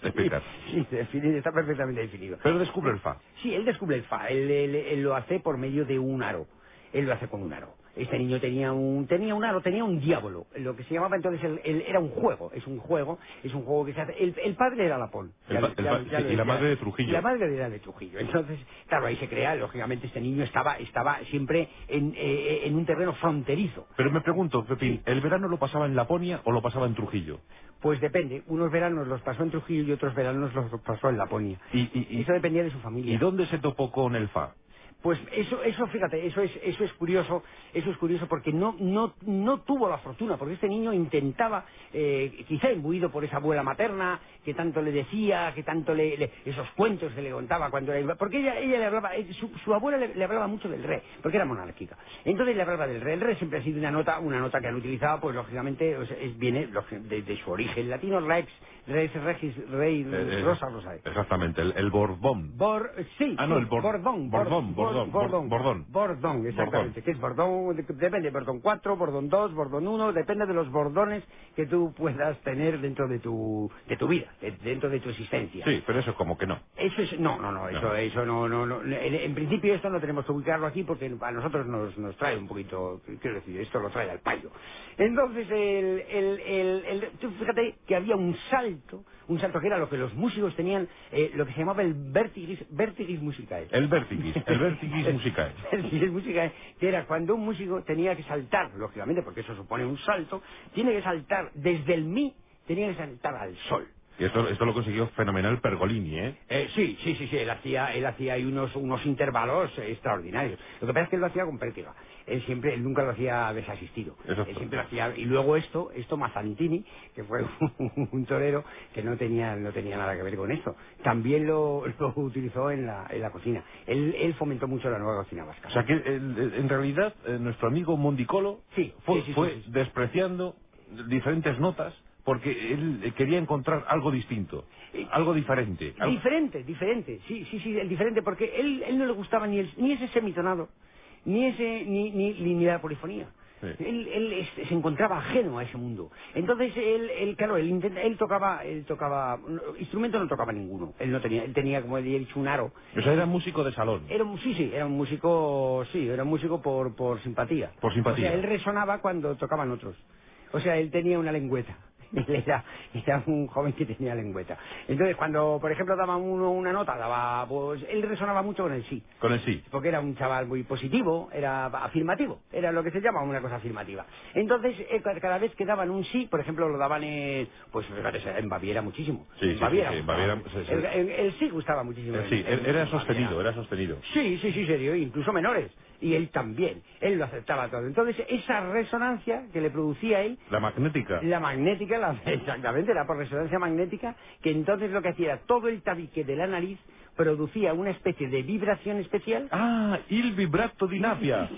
A: explicar.
B: Sí, sí, definido, está perfectamente definido.
A: Pero descubre el fa.
B: Sí, él descubre el fa, él, él- él lo hace por medio de un aro, él lo hace con un aro. Este niño tenía un, tenía un aro, tenía un diablo, lo que se llamaba entonces, el, el- era un juego, es un juego, es un juego que se hace, el, el padre era Lapón.
A: El
B: Ya
A: pa-
B: lo-
A: el
B: ya
A: pa-
B: lo- ya
A: sí,
B: lo
A: y la
B: decía.
A: madre de Trujillo.
B: Y la madre era de Trujillo, entonces, claro, ahí se crea, lógicamente este niño estaba, estaba siempre en, eh, en un terreno fronterizo.
A: Pero me pregunto, Pepín, ¿el verano lo pasaba en Laponia o lo pasaba en Trujillo?
B: Pues depende, unos veranos los pasó en Trujillo y otros veranos los pasó en Laponia.
A: Y- y- y-
B: Eso dependía de su familia.
A: ¿Y dónde se topó con el fa?
B: Pues eso, eso, fíjate, eso es, eso es curioso, eso es curioso porque no, no, no tuvo la fortuna, porque este niño intentaba, eh, quizá imbuido por esa abuela materna, que tanto le decía, que tanto le, le- esos cuentos que le contaba cuando era, porque ella, ella le hablaba, eh, su, su abuela le, le hablaba mucho del rey, porque era monárquica. Entonces le hablaba del rey, el rey siempre ha sido una nota, una nota que han utilizado, pues lógicamente, o sea, es- viene lógi- de, de su origen latino, rex, rex, regis, rey,
A: Eh, eh,
B: Mm, rosa, rosa.
A: Exactamente, el, el Borbón.
B: Bor, sí,
A: Ah, no,
B: sí,
A: el Bor-
B: Borbón,
A: Borbón, Borbón, Bordón, bor-
B: Bordón.
A: bordón.
B: Bordón, exactamente. Que es bordón, de- depende, bordón 4, bordón 2, bordón 1, depende de los bordones que tú puedas tener dentro de tu, de tu vida, de- dentro de tu existencia.
A: Sí, pero eso como que no.
B: Eso es, no, no, no, eso,
A: No.
B: eso no, no, no. En, en principio esto no tenemos que ubicarlo aquí porque a nosotros nos, nos trae un poquito, quiero decir, esto lo trae al payo. Entonces, el, el, el, el- tú fíjate que había un salto, un salto que era lo que los músicos tenían, eh, lo que se llamaba el vértigis, vértigis musical.
A: El vértigis, el vértigis musicae.
B: Vértigis musicae, que era cuando un músico tenía que saltar, lógicamente, porque eso supone un salto, tiene que saltar desde el mi, tenía que saltar al sol.
A: Y esto, esto lo consiguió fenomenal Pergolini, ¿eh?
B: Eh, sí, sí, sí, sí, él hacía, él hacía ahí unos, unos intervalos eh, extraordinarios. Lo que pasa es que él lo hacía con pértiga. Él siempre, él nunca lo hacía desasistido.
A: Exacto.
B: Él siempre lo hacía, y luego esto, esto Mazantini, que fue un torero que no tenía, no tenía nada que ver con esto, también lo, lo utilizó en la, en la cocina. Él, él fomentó mucho la nueva cocina vasca.
A: O sea que el- el- en realidad eh, nuestro amigo Mondicolo
B: Sí,
A: fue,
B: sí, sí,
A: fue
B: sí, sí.
A: despreciando diferentes notas porque él eh, quería encontrar algo distinto,
B: Eh,
A: algo diferente. algo-
B: Diferente, diferente, sí, sí, sí, el diferente, porque él, él no le gustaba ni, el- ni ese semitonado, ni ese ni, ni, ni- ni la polifonía.
A: Sí.
B: Él, él es- se encontraba ajeno a ese mundo. Entonces, él, él claro, él, intenta- él tocaba, él tocaba, no, instrumento no tocaba ninguno. Él no tenía, él tenía, como he dicho, un aro.
A: O sea, era músico de salón.
B: Era un, sí, sí, era un músico, sí, era un músico por, por simpatía.
A: Por simpatía.
B: O sea, él resonaba cuando tocaban otros. O sea, él tenía una lengüeta. Él era, era un joven que tenía lengüeta. Entonces, cuando, por ejemplo, daba uno una nota, daba, pues, él resonaba mucho con el sí.
A: Con el sí.
B: Porque era un chaval muy positivo, era afirmativo, era lo que se llama una cosa afirmativa. Entonces, eh, ca- cada vez que daban un sí, por ejemplo, lo daban en, pues fíjate, en Baviera muchísimo.
A: Sí, sí,
B: en
A: sí,
B: Baviera.
A: sí, en
B: gustaba.
A: Baviera, sí, sí.
B: El, el- el sí gustaba muchísimo.
A: El
B: en-
A: Eh, sí, er,
B: en-
A: era- era
B: en Baviera.
A: sostenido, era sostenido.
B: Sí, sí, sí, serio, incluso menores. Y él también, él lo aceptaba todo. Entonces, esa resonancia que le producía él,
A: La magnética.
B: la magnética, la- exactamente, la por resonancia magnética, que entonces lo que hacía era todo el tabique de la nariz producía una especie de vibración especial.
A: Ah, il vibrato di Napia.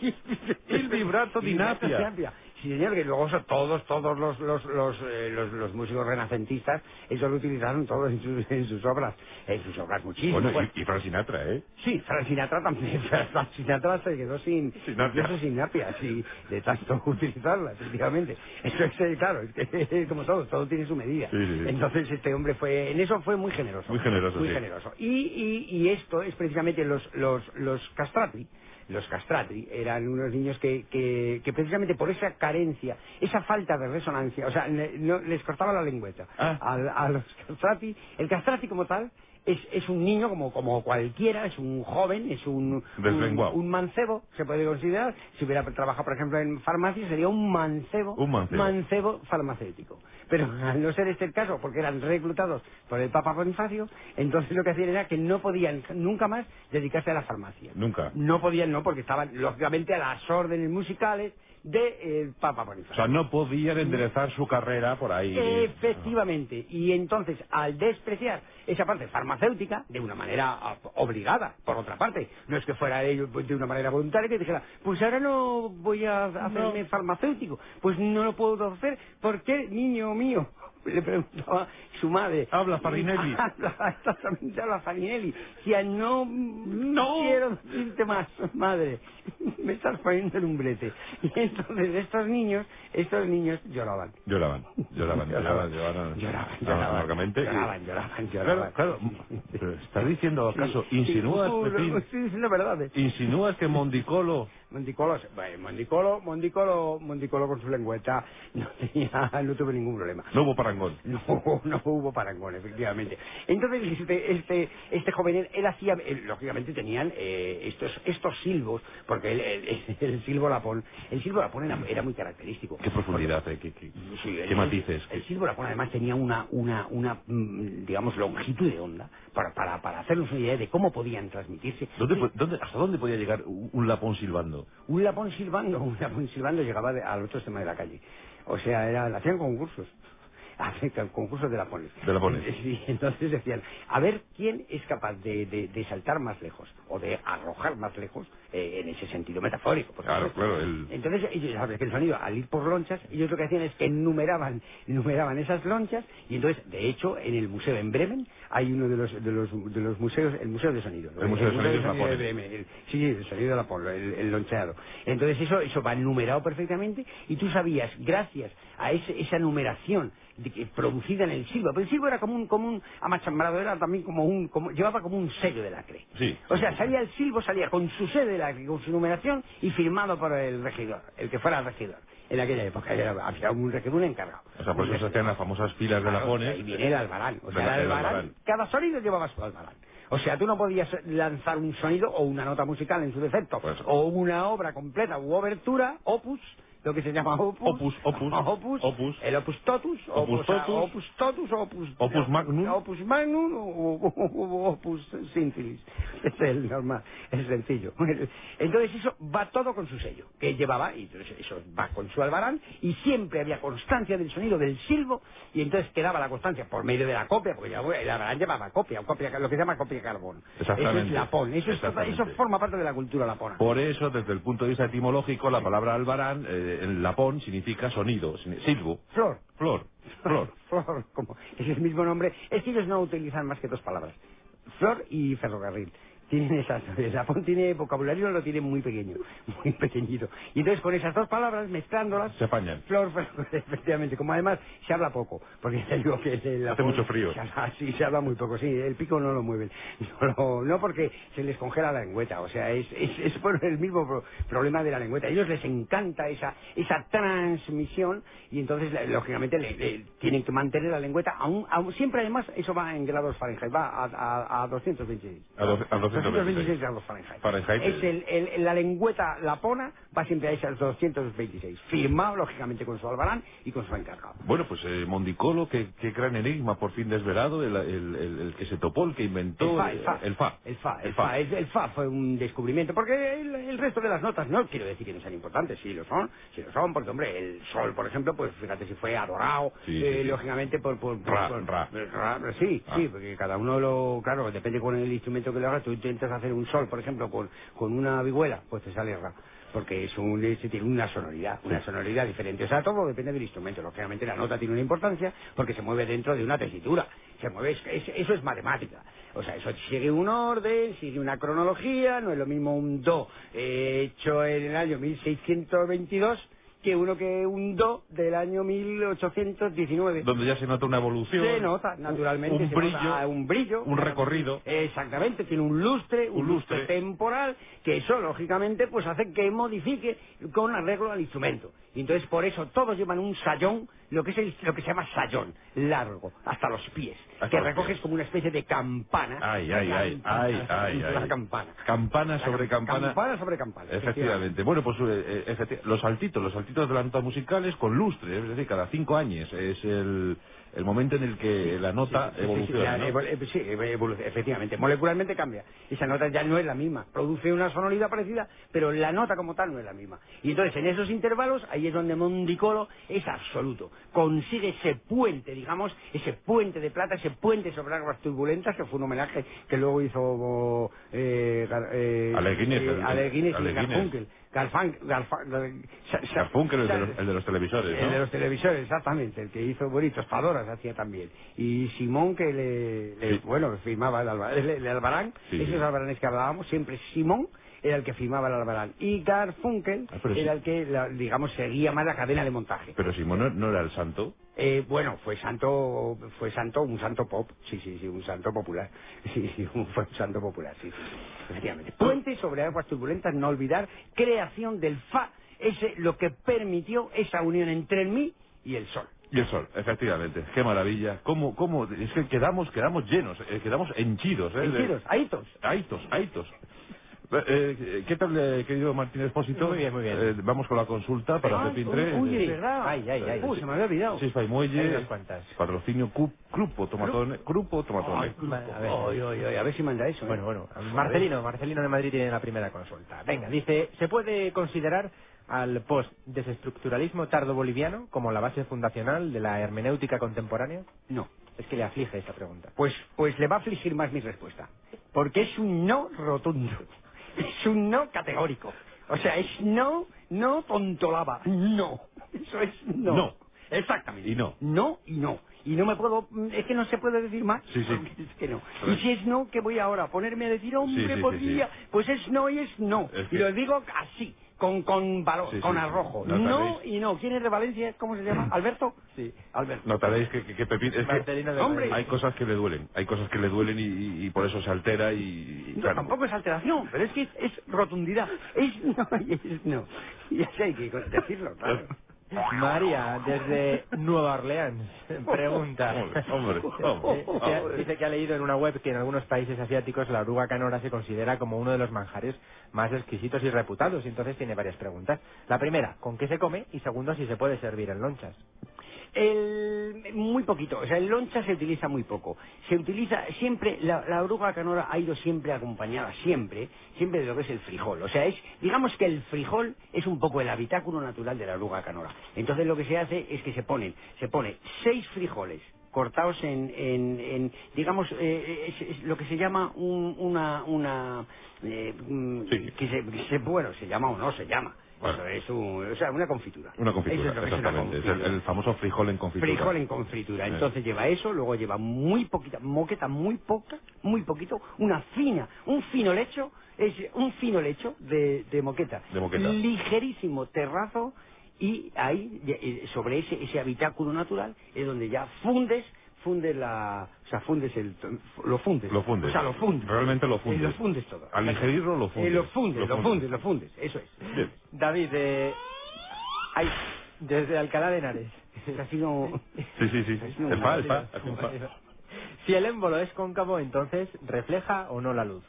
A: il vibrato di Napia.
B: Sí, señor, que luego eso todos, todos los, los, los, eh, los- los músicos renacentistas, eso lo utilizaron todos en sus, en sus obras, en sus obras muchísimo.
A: Bueno,
B: pues.
A: y, y Frank Sinatra, ¿eh?
B: Sí, Frank Sinatra también. Frank Sinatra se quedó sin,
A: Sin napia.
B: incluso sin napia, sí, de tanto utilizarla, efectivamente. Eso es, eh, claro, es que, como todo, todo tiene su medida.
A: Sí, sí, sí.
B: Entonces este hombre fue, en eso fue muy generoso.
A: Muy generoso,
B: Muy
A: sí.
B: generoso. Y, y- y esto es precisamente los, los, los castrati. Los castrati eran unos niños que, que, que precisamente por esa carencia, esa falta de resonancia, o sea, ne- no- les cortaba la lengüeta
A: Ah.
B: al- a los castrati. El castrati como tal es, es un niño como, como cualquiera, es un joven, es un, un,
A: Deslenguado.
B: un mancebo, se puede considerar. Si hubiera trabajado, por ejemplo, en farmacia, sería un mancebo,
A: Un mancebo.
B: farmacéutico. Pero al no ser este el caso, porque eran reclutados por el Papa Bonifacio, entonces lo que hacían era que no podían nunca más dedicarse a la farmacia.
A: Nunca.
B: No podían, no, porque estaban, lógicamente, a las órdenes musicales del Papa Bonifacio.
A: O sea, no podían enderezar su carrera por ahí.
B: Eh, Efectivamente. Y entonces, al despreciar esa parte farmacéutica, de una manera ah, obligada, por otra parte, no es que fuera ello pues, de una manera voluntaria que dijera, pues ahora no voy a hacerme farmacéutico, pues no lo puedo hacer, ¿por qué, niño mío? Le preguntaba su madre.
A: Habla, Farinelli.
B: Habla, exactamente, habla Farinelli. Decía, no,
A: No.
B: quiero decirte más, madre. Me estás poniendo en un brete. Y entonces estos niños, estos niños lloraban.
A: Lloraban, lloraban, lloraban, lloraban.
B: Lloraban,
A: No,
B: lloraban.
A: amargamente.
B: Lloraban, lloraban,
A: Claro,
B: lloraban.
A: claro. Pero estás diciendo acaso, insinúas,
B: Sí,
A: Pepín,
B: Estoy diciendo verdades.
A: insinúas que Mondicolo
B: Mondicolo, se- bueno, Mondicolo, Mondicolo, Mondicolo con su lengüeta no tenía, no tuve ningún problema.
A: no hubo parangón.
B: No, no hubo parangón, efectivamente. Entonces, este, este, este joven, él, él hacía, él, lógicamente tenían eh, estos, estos silbos, porque el, el- el silbo lapón, el silbo lapón era, era muy característico.
A: Qué profundidad, eh, qué, qué-
B: Sí,
A: qué
B: el-
A: matices.
B: El silbo lapón además tenía una, una, una, mm, digamos, longitud de onda para, para, para hacernos una idea de cómo podían transmitirse.
A: ¿Dónde po- dónde- ¿Hasta dónde podía llegar un un lapón silbando?
B: Un lapón silbando, un lapón silbando llegaba de- al otro extremo de la calle. O sea, era, le hacían concursos. hace ca- concursos de lapones.
A: De lapones.
B: Sí, entonces decían, a ver quién es capaz de, de- de saltar más lejos o de arrojar más lejos eh, en ese sentido metafórico. por
A: Claro,
B: supuesto.
A: claro, el-
B: Entonces ellos, sabes que el sonido, al ir por lonchas, ellos lo que hacían es que numeraban, numeraban esas lonchas y entonces, de hecho, en el museo en Bremen hay uno de los, de los, de los museos, el museo de sonido.
A: El Museo de Sonido es Japón.
B: de Bremen, el- sí, el sonido de la polo, el, el loncheado. Entonces eso, eso va numerado perfectamente y tú sabías, gracias a ese- esa numeración de que- producida en el silbo, pero el silbo era como un, como un amachambrador, era también como un, como, llevaba como un sello de lacre.
A: Sí,
B: O
A: sí,
B: sea,
A: sí.
B: salía el silbo, salía con su sede de lacre, con su numeración y firmado por el regidor, el que fuera el regidor. En aquella época era- había un regidor un encargado.
A: O sea, por eso
B: Un
A: se
B: regidor.
A: hacían las famosas filas de ¿eh?
B: Claro,
A: lapones.
B: Ahí viene el albarán. O sea,
A: Del-
B: el
A: del
B: albarán,
A: albarán.
B: cada sonido llevaba su albarán. O sea, tú no podías lanzar un sonido o una nota musical en su defecto,
A: Pues-
B: o una obra completa u obertura, opus, lo que se llama opus.
A: Opus, opus,
B: opus,
A: opus.
B: El opus totus,
A: Opus
B: o sea,
A: totus.
B: opus totus, opus,
A: Opus magnum.
B: Opus magnum, o, o- o- opus sinfilis. Es el normal, es sencillo. Entonces eso va todo con su sello, que llevaba, y entonces eso va con su albarán, y siempre había constancia del sonido del silbo, y entonces quedaba la constancia por medio de la copia, porque ya, el albarán llevaba copia, o copia, lo que se llama copia de carbón. Eso es
A: Exactamente.
B: lapón, eso, es-
A: Exactamente.
B: eso forma parte de la cultura lapona.
A: Por eso, desde el punto de vista etimológico, la palabra albarán eh, en lapón significa sonido, sin- silbo,
B: Flor.
A: flor, flor.
B: Flor, como es el mismo nombre. Es que ellos no utilizan más que dos palabras. Flor y ferrocarril. Tienen esas, el Japón tiene vocabulario, lo tiene muy pequeño, muy pequeñito. Y entonces con esas dos palabras, mezclándolas...
A: Se apañan.
B: Flor, ferrocarril, efectivamente. Como además se habla poco, porque te digo que... el
A: Hace mucho frío.
B: se habla- sí, se habla muy poco, sí. El pico no lo mueven. No, lo- no porque se les congela la lengüeta, o sea, es, es, es por el mismo pro- problema de la lengüeta. A ellos les encanta esa, esa transmisión y entonces, la- lógicamente, le- le- tienen que mantener la lengüeta. Aún, aún- siempre, además, eso va en grados Fahrenheit, va a, a, a 226.
A: A doce- a 226.
B: 226 grados Fahrenheit.
A: Fahrenheit.
B: Es el- el- la lengüeta lapona va siempre a esas 226. Firmado, lógicamente, con su albarán y con su encargado.
A: Bueno, pues eh, Mondicolo, qué, qué gran enigma por fin desvelado, el, el- el- el que se topó, el que inventó
B: El fa,
A: eh,
B: el fa. El fa, el fa. El- el fa fue un descubrimiento, porque el, el resto de las notas no quiero decir que no sean importantes, sí lo son, sí lo son, porque hombre, el sol, por ejemplo, pues fíjate si fue adorado,
A: Sí, sí,
B: eh,
A: sí.
B: lógicamente por... por, por-
A: Ra,
B: por-
A: ra.
B: ra, ra, sí,
A: Ah.
B: sí, porque cada uno lo... Claro, depende con el instrumento que lo hagas, tú intentas hacer un sol, por ejemplo, con, con una vihuela, pues te sale ra. Porque es un, es- tiene una sonoridad, una sonoridad diferente. O sea, todo depende del instrumento. Lógicamente la nota tiene una importancia porque se mueve dentro de una tesitura. Se mueve, es- es- eso es matemática. O sea, eso sigue un orden, sigue una cronología, no es lo mismo un do eh, hecho en el año 1622 que uno que un do del año 1819.
A: Donde ya se nota una evolución.
B: Se nota, naturalmente.
A: Un
B: se
A: brillo.
B: nota, ah, un brillo. Eh,
A: Un recorrido.
B: Exactamente, tiene un lustre, un,
A: Un
B: lustre.
A: lustre.
B: temporal, que eso, lógicamente, pues hace que modifique con arreglo al instrumento. Y entonces, por eso, todos llevan un sayón, lo que, es el- lo que se llama sayón, largo, hasta los pies,
A: Hasta
B: que
A: los
B: recoges
A: pies.
B: como una especie de campana.
A: Ay,
B: Una
A: ay, ay,
B: campana,
A: ay, ay,
B: Una
A: ay.
B: campana.
A: Campana
B: Una
A: sobre
B: cam-
A: campana.
B: Campana sobre campana.
A: Efectivamente. Bueno, pues eh, eh, efecti- los saltitos, los saltitos de las notas musicales con lustre, es decir, cada cinco años es el, el momento en el que la nota
B: Sí, sí,
A: evoluciona.
B: sí,
A: ¿no?
B: la evol- eh, sí, evolu- efectivamente. Molecularmente cambia. Esa nota ya no es la misma. Produce una sonoridad parecida, pero la nota como tal no es la misma. Y entonces, en esos intervalos, ahí es donde Mondicolo es absoluto. Consigue ese puente, digamos, ese puente de plata, ese puente sobre aguas turbulentas, que fue un homenaje que luego hizo eh, Gar- eh,
A: Ale Guinness,
B: eh,
A: el-
B: Ale Guinness
A: Ale
B: y
A: Guinness.
B: Garfunkel. Garfan- Garfa- Gar- Sa- Sa-
A: Garfunkel, el de
B: Sa-
A: los, el de los televisores, ¿no?
B: el Eh, de los televisores, exactamente, el que hizo, bueno, y tostadoras hacía también. Y Simón que le, le-
A: Sí.
B: bueno, firmaba el, alba- el- el albarán,
A: Sí.
B: esos albaranes que hablábamos, siempre Simón era el que firmaba el albarán. Y Garfunkel
A: Ah, pero sí.
B: era el que, la- digamos, seguía más la cadena de montaje.
A: Pero Simón no, no era el santo.
B: Eh, bueno, fue santo, fue santo, un santo pop, sí, sí, sí, un santo popular, sí, sí, un, fue un santo popular, sí, sí, efectivamente. Puente sobre aguas turbulentas, no olvidar, creación del Fa, ese lo que permitió esa unión entre el mí y el sol.
A: Y el sol, efectivamente. Qué maravilla. ¿Cómo, cómo? Es que quedamos, quedamos llenos, eh, quedamos henchidos. ¿eh?
B: Enchidos, aitos.
A: Aitos, aitos. Eh, eh, ¿Qué tal, eh, querido Martín Espósito?
D: Muy bien, muy bien.
A: Eh, vamos con la consulta para
B: Ah,
A: Pepín
B: uy,
A: 3.
B: uy, es verdad.
D: Ay, ay, ay.
B: Uy, se me había olvidado.
A: Chispa y
D: Hay
A: Muelle.
D: unas cuantas.
A: Patrocinio Cu- Grupo Tomatone. Grupo Tomatone.
D: A ver.
B: Oy, oy, oy, a ver si manda eso. ¿eh?
D: Bueno, bueno. Marcelino, Marcelino de Madrid tiene la primera consulta. Venga, dice, ¿se puede considerar al post-desestructuralismo tardo-boliviano como la base fundacional de la hermenéutica contemporánea?
B: No.
D: Es que le aflige esta pregunta.
B: Pues, pues le va a afligir más mi respuesta. Porque es un no rotundo. Es un no categórico. O sea, es no, no tontolaba. No. Eso es no.
A: No.
B: Exactamente.
A: Y no.
B: No y no. Y no me puedo, es que no se puede decir más.
A: Sí, sí.
B: porque Es que no. Y si es no, ¿qué voy ahora? ¿Ponerme a decir, hombre,
A: Sí, sí, sí,
B: podría?
A: sí.
B: Pues es no y es no.
A: Es
B: Y
A: que-
B: lo digo así, con, con valor,
A: Sí, sí,
B: con
A: sí.
B: arrojo.
A: No
B: No
A: tardéis.
B: y no. ¿Quién es de Valencia? ¿Cómo se llama? ¿Alberto?
D: Sí.
B: Alberto.
A: Notaréis que, que, que Pepín... Es que
D: Marcelino de
B: hombre,
A: hay
D: Madrid.
A: cosas que le duelen, hay cosas que le duelen y, y- y por eso se altera y... y
B: No,
A: claro.
B: tampoco es alteración, pero es que es, es rotundidad. Es no y es no. Y así hay que decirlo, claro.
D: Pues, María, desde Nueva Orleans, pregunta.
A: Hombre, hombre, Ah, hombre,
D: Eh, que ha- Dice que ha leído en una web que en algunos países asiáticos la oruga canora se considera como uno de los manjares más exquisitos y reputados. Y entonces tiene varias preguntas. La primera, ¿con qué se come? Y segundo, si se puede servir en lonchas.
B: El, muy poquito, o sea, el loncha se utiliza muy poco. Se utiliza siempre, la, la oruga canora ha ido siempre acompañada, siempre, siempre de lo que es el frijol. O sea, es, digamos que el frijol es un poco el habitáculo natural de la oruga canora. Entonces lo que se hace es que se ponen, se pone seis frijoles cortados en, en- en, digamos, eh, es- es lo que se llama un- una, una, eh, mm,
A: Sí.
B: que se, que se- bueno, se llama o no se llama.
A: Bueno.
B: Eso es un- o sea, una confitura.
A: Una
B: Eso
A: confitura,
B: es lo que es una
A: exactamente. Es el,
B: confitura.
A: el famoso frijol en confitura.
B: Frijol en confitura.
A: Sí.
B: Entonces lleva eso, luego lleva muy poquita, moqueta muy poca, muy poquito, una fina, un fino lecho, es un fino lecho de, de moqueta.
A: De moqueta.
B: Ligerísimo terrazo y ahí, y- y sobre ese, ese habitáculo natural, es donde ya fundes, fundes la, o sea, fundes el, lo fundes.
A: Lo fundes.
B: O sea, lo fundes.
A: Realmente lo fundes.
B: Eh, Lo fundes todo.
A: Al ingerirlo lo fundes.
B: Eh, lo fundes,
A: Lo
B: lo
A: fundes.
B: fundes, lo fundes, eso es.
A: Bien.
D: David, de... Ay, desde Alcalá de Henares.
B: Ha sido...
A: Sí, sí, sí. El fa, el fa, el fa.
D: Si el émbolo es cóncavo, entonces, ¿refleja o no la luz?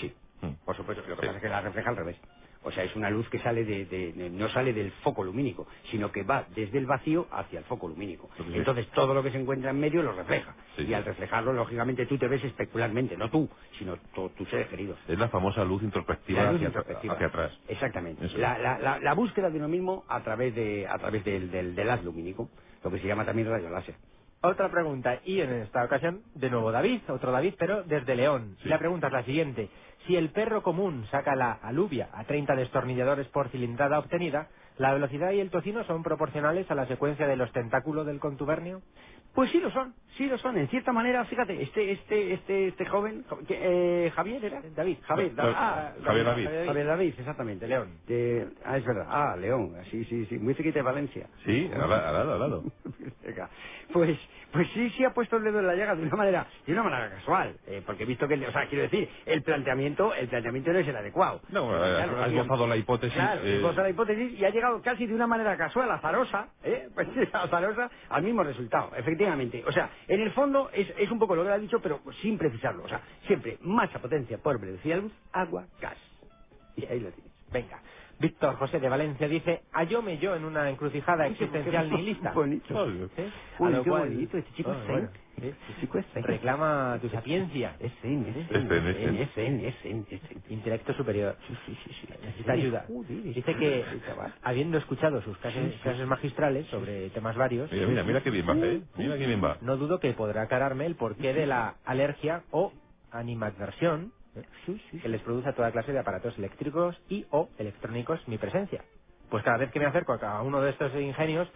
B: Sí,
A: Mm.
B: por supuesto. Lo que
A: Sí.
B: pasa es que la refleja al revés. O sea, es una luz que sale de, de- de- no sale del foco lumínico, sino que va desde el vacío hacia el foco lumínico.
A: Sí.
B: Entonces todo lo que se encuentra en medio lo refleja.
A: Sí.
B: Y al reflejarlo, lógicamente, tú te ves especularmente, no tú, sino tu- tus seres queridos.
A: Es la famosa luz introspectiva,
B: La luz
A: hacia,
B: introspectiva.
A: hacia atrás.
B: Exactamente.
A: Eso es.
B: La, la- la- la búsqueda de uno mismo a través, de, a través del, del, del haz lumínico, lo que se llama también rayo láser.
D: Otra pregunta, y en esta ocasión, de nuevo David, otro David, pero desde León.
A: Sí.
D: La pregunta es la siguiente. Si el perro común saca la alubia a 30 destornilladores por cilindrada obtenida, ¿la velocidad y el tocino son proporcionales a la secuencia de los tentáculos del contubernio?
B: Pues sí lo son, sí lo son. En cierta manera, fíjate, este, este, este, este joven, jo- que, eh, Javier era,
D: David.
B: Javier,
A: Javier,
B: ah,
A: Javier David.
B: Javier David, exactamente.
D: León.
B: De- ah, es verdad. Ah, León. Sí, sí, sí. Muy cerquita de Valencia.
A: Sí, al lado, al lado, al lado.
B: Venga. Pues, pues sí, sí ha puesto el dedo en la llaga de una manera, de una manera casual, eh, porque he visto que, o sea, quiero decir, el planteamiento, el planteamiento no es el adecuado.
A: No, bueno,
B: Porque,
A: has-
B: claro,
A: has
B: había-
A: gozado la hipótesis,
B: Claro, he
A: eh,
B: gozado la hipótesis y ha llegado casi de una manera casual, azarosa, ¿eh? Pues azarosa, al mismo resultado, efectivamente. O sea, en el fondo es, es un poco lo que le ha dicho, pero sin precisarlo. O sea, siempre masa, potencia, por velocidad, luz, agua, gas. Y ahí lo tienes.
D: Venga. Víctor José de Valencia dice, hallóme yo en una encrucijada existencial nihilista.
B: Bonito.
A: Obvio.
D: ¿Eh? A
B: Uy,
D: lo
B: qué
D: cual-
B: bonito, este chico
D: Ah,
B: es zen.
D: bueno. ¿Eh?
B: Este chico es zen.
D: Reclama tu sapiencia.
B: Es zen, es
A: Es zen, es
B: zen,
A: zen.
B: es zen, es zen, es zen.
D: Intelecto superior.
B: Sí, sí, sí, sí.
D: Necesita ayuda.
B: Joder,
D: Dice que,
B: este chaval.
D: habiendo escuchado sus clases, clases magistrales sobre temas varios,
A: Mira, mira, mira qué bien va, ¿eh? Mira qué bien va.
D: no dudo que podrá aclararme el porqué de la alergia o animadversión ¿eh?
B: Sí, sí,
D: que les produce a toda clase de aparatos eléctricos y o electrónicos mi presencia. Pues cada vez que me acerco a cada uno de estos ingenios,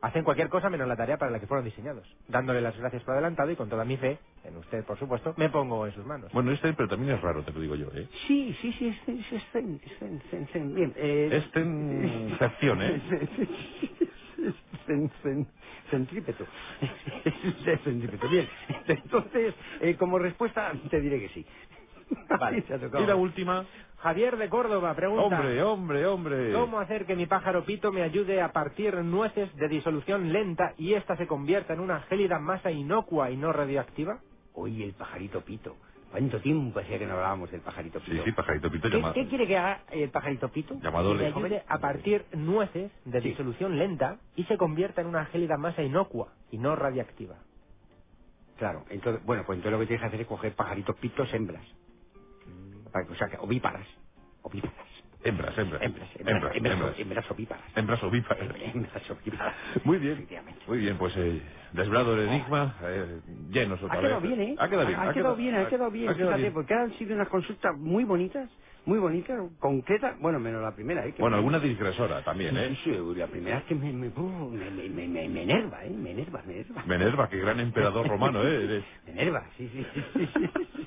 D: hacen cualquier cosa menos la tarea para la que fueron diseñados. Dándole las gracias por adelantado y con toda mi fe, en usted por supuesto, me pongo en sus manos.
A: Bueno, este, pero también es raro, te lo digo yo, ¿eh?
B: Sí, sí, sí, es zen, sí, es zen, es zen, zen, zen. Bien, eh...
A: Es tencepción, ¿eh?
B: Cen- cen- Centrípeto. De centrípeto. Bien. Entonces, eh, como respuesta, te diré que sí.
D: Vale.
B: Se ha tocado.
A: Y la última.
D: Javier de Córdoba pregunta...
A: Hombre, hombre, hombre.
D: ¿Cómo hacer que mi pájaro pito me ayude a partir nueces de disolución lenta y ésta se convierta en una gélida masa inocua y no radioactiva?
B: Oye, el pajarito pito. ¿Cuánto tiempo hacía que no hablábamos del pajarito
A: Sí,
B: pito?
A: sí, pajarito pito
B: ¿Qué,
A: llamado.
B: qué quiere que haga el pajarito pito?
A: Llamado
D: Que me
A: de
D: ayude a partir nueces de
B: Sí.
D: disolución lenta y se convierta en una gélida masa inocua y no radioactiva.
B: Claro, entonces, bueno, pues entonces lo que tienes que hacer es coger pajaritos pitos hembras. Para- O sea, que ovíparas. Ovíparas.
A: Hembras, Mm. hembras.
B: Hembras, hembras,
A: hembras,
B: hembras,
A: hembras.
B: hembras ovíparas.
A: Hembras ovíparas.
B: Hembras ovíparas.
A: Muy bien,
B: Efectivamente. Oh.
A: muy bien, pues eh, desvelado el enigma, eh, llenos otra
B: Ha quedado
A: vez.
B: bien, ¿eh?
A: Ha quedado bien,
B: Ha quedado bien, ha quedado bien.
A: ha quedado
B: Fíjate,
A: bien.
B: porque han sido unas consultas muy bonitas, muy bonitas, concretas. Bueno, menos la primera, ¿eh? que
A: Bueno,
B: me-
A: alguna digresora también, ¿eh?
B: Sí, sí, sí, la primera es que me, me, me, me, me, me- me enerva, ¿eh? Me enerva, me enerva.
A: Menerva, qué gran emperador romano, ¿eh? Eres.
B: Me enerva, sí, sí. sí, sí, sí.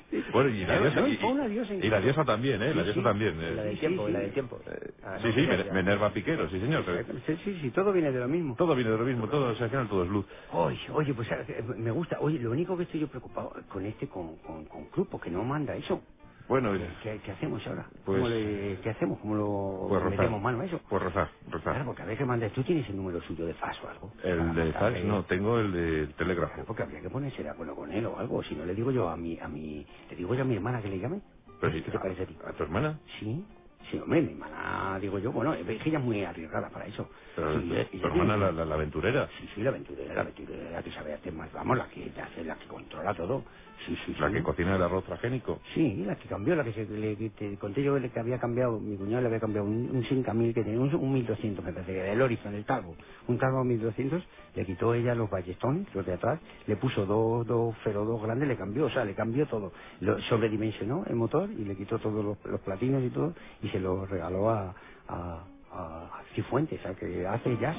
A: Bueno, y la
B: No,
A: diosa,
B: no,
A: y,
B: fue una diosa
A: y la diosa también, ¿eh? La
B: Sí,
A: diosa
B: sí.
A: también.
D: Y La
A: ¿eh?
D: del
B: Sí,
D: tiempo,
B: sí,
D: y la
B: sí.
D: del tiempo. Ah,
A: Sí, sí,
D: ya,
A: Men-
D: ya.
A: Menerva Piquero, sí, señor.
B: Sí, sí, sí, todo viene de lo mismo.
A: Todo viene de lo mismo, todo, o sea, al final todo es luz.
B: Oye, oye, pues eh, me gusta. Oye, lo único que estoy yo preocupado con este, con, con, con Clupo, que no manda eso.
A: Bueno,
B: ¿Qué, qué- qué hacemos ahora?
A: Pues-
B: ¿Cómo le- ¿Qué hacemos? ¿Cómo lo
A: pues rozar.
B: metemos mano a eso?
A: Pues rozar, rozar.
B: Claro, Ah, porque a ver que mandas. ¿Tú tienes el número suyo de fax o algo? Para
A: El de
B: mandarle-
A: fax no, tengo el de
B: Claro,
A: telégrafo.
B: porque habría que ponerse de acuerdo con él o algo. Si no le digo yo a mi, a mi, le digo yo a mi hermana que le llame.
A: Pero sí,
B: ¿Qué te parece a ti?
A: ¿A tu hermana?
B: Sí, sí, hombre, mi hermana, digo yo, bueno, es que ella es muy arriesgada para eso.
A: Pero
B: Sí, eh,
A: tu, tu
B: ella
A: hermana, la,
B: tiene-
A: la- la aventurera,
B: Sí, sí, la aventurera, la aventurera, la que sabe hacer más, vamos, la que hace, la que controla todo. Sí, sí, sí.
A: la que cocina el arroz transgénico.
B: Sí, la que cambió, la que se, le, que te conté yo que había cambiado, mi cuñado le había cambiado un, un 5000 que tenía, un, un 1200 me parece, que era el Horizon, el Talbot, un Talbot 1200, le quitó ella los balletones, los de atrás, le puso dos, dos Fero dos grandes, le cambió, o sea, le cambió todo, lo sobredimensionó el motor y le quitó todos los, los platinos y todo y se los regaló a, a, a Cifuentes, a que hace jazz.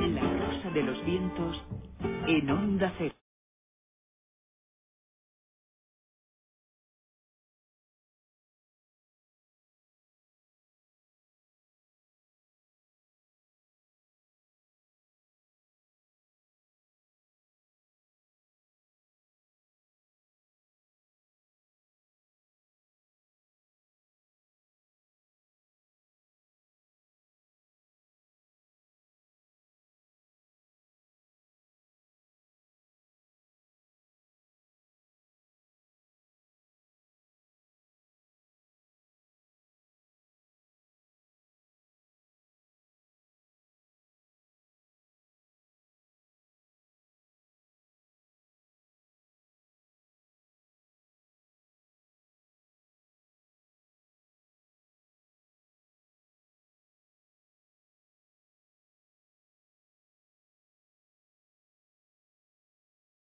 E: La Rosa de los Vientos en Onda Cero.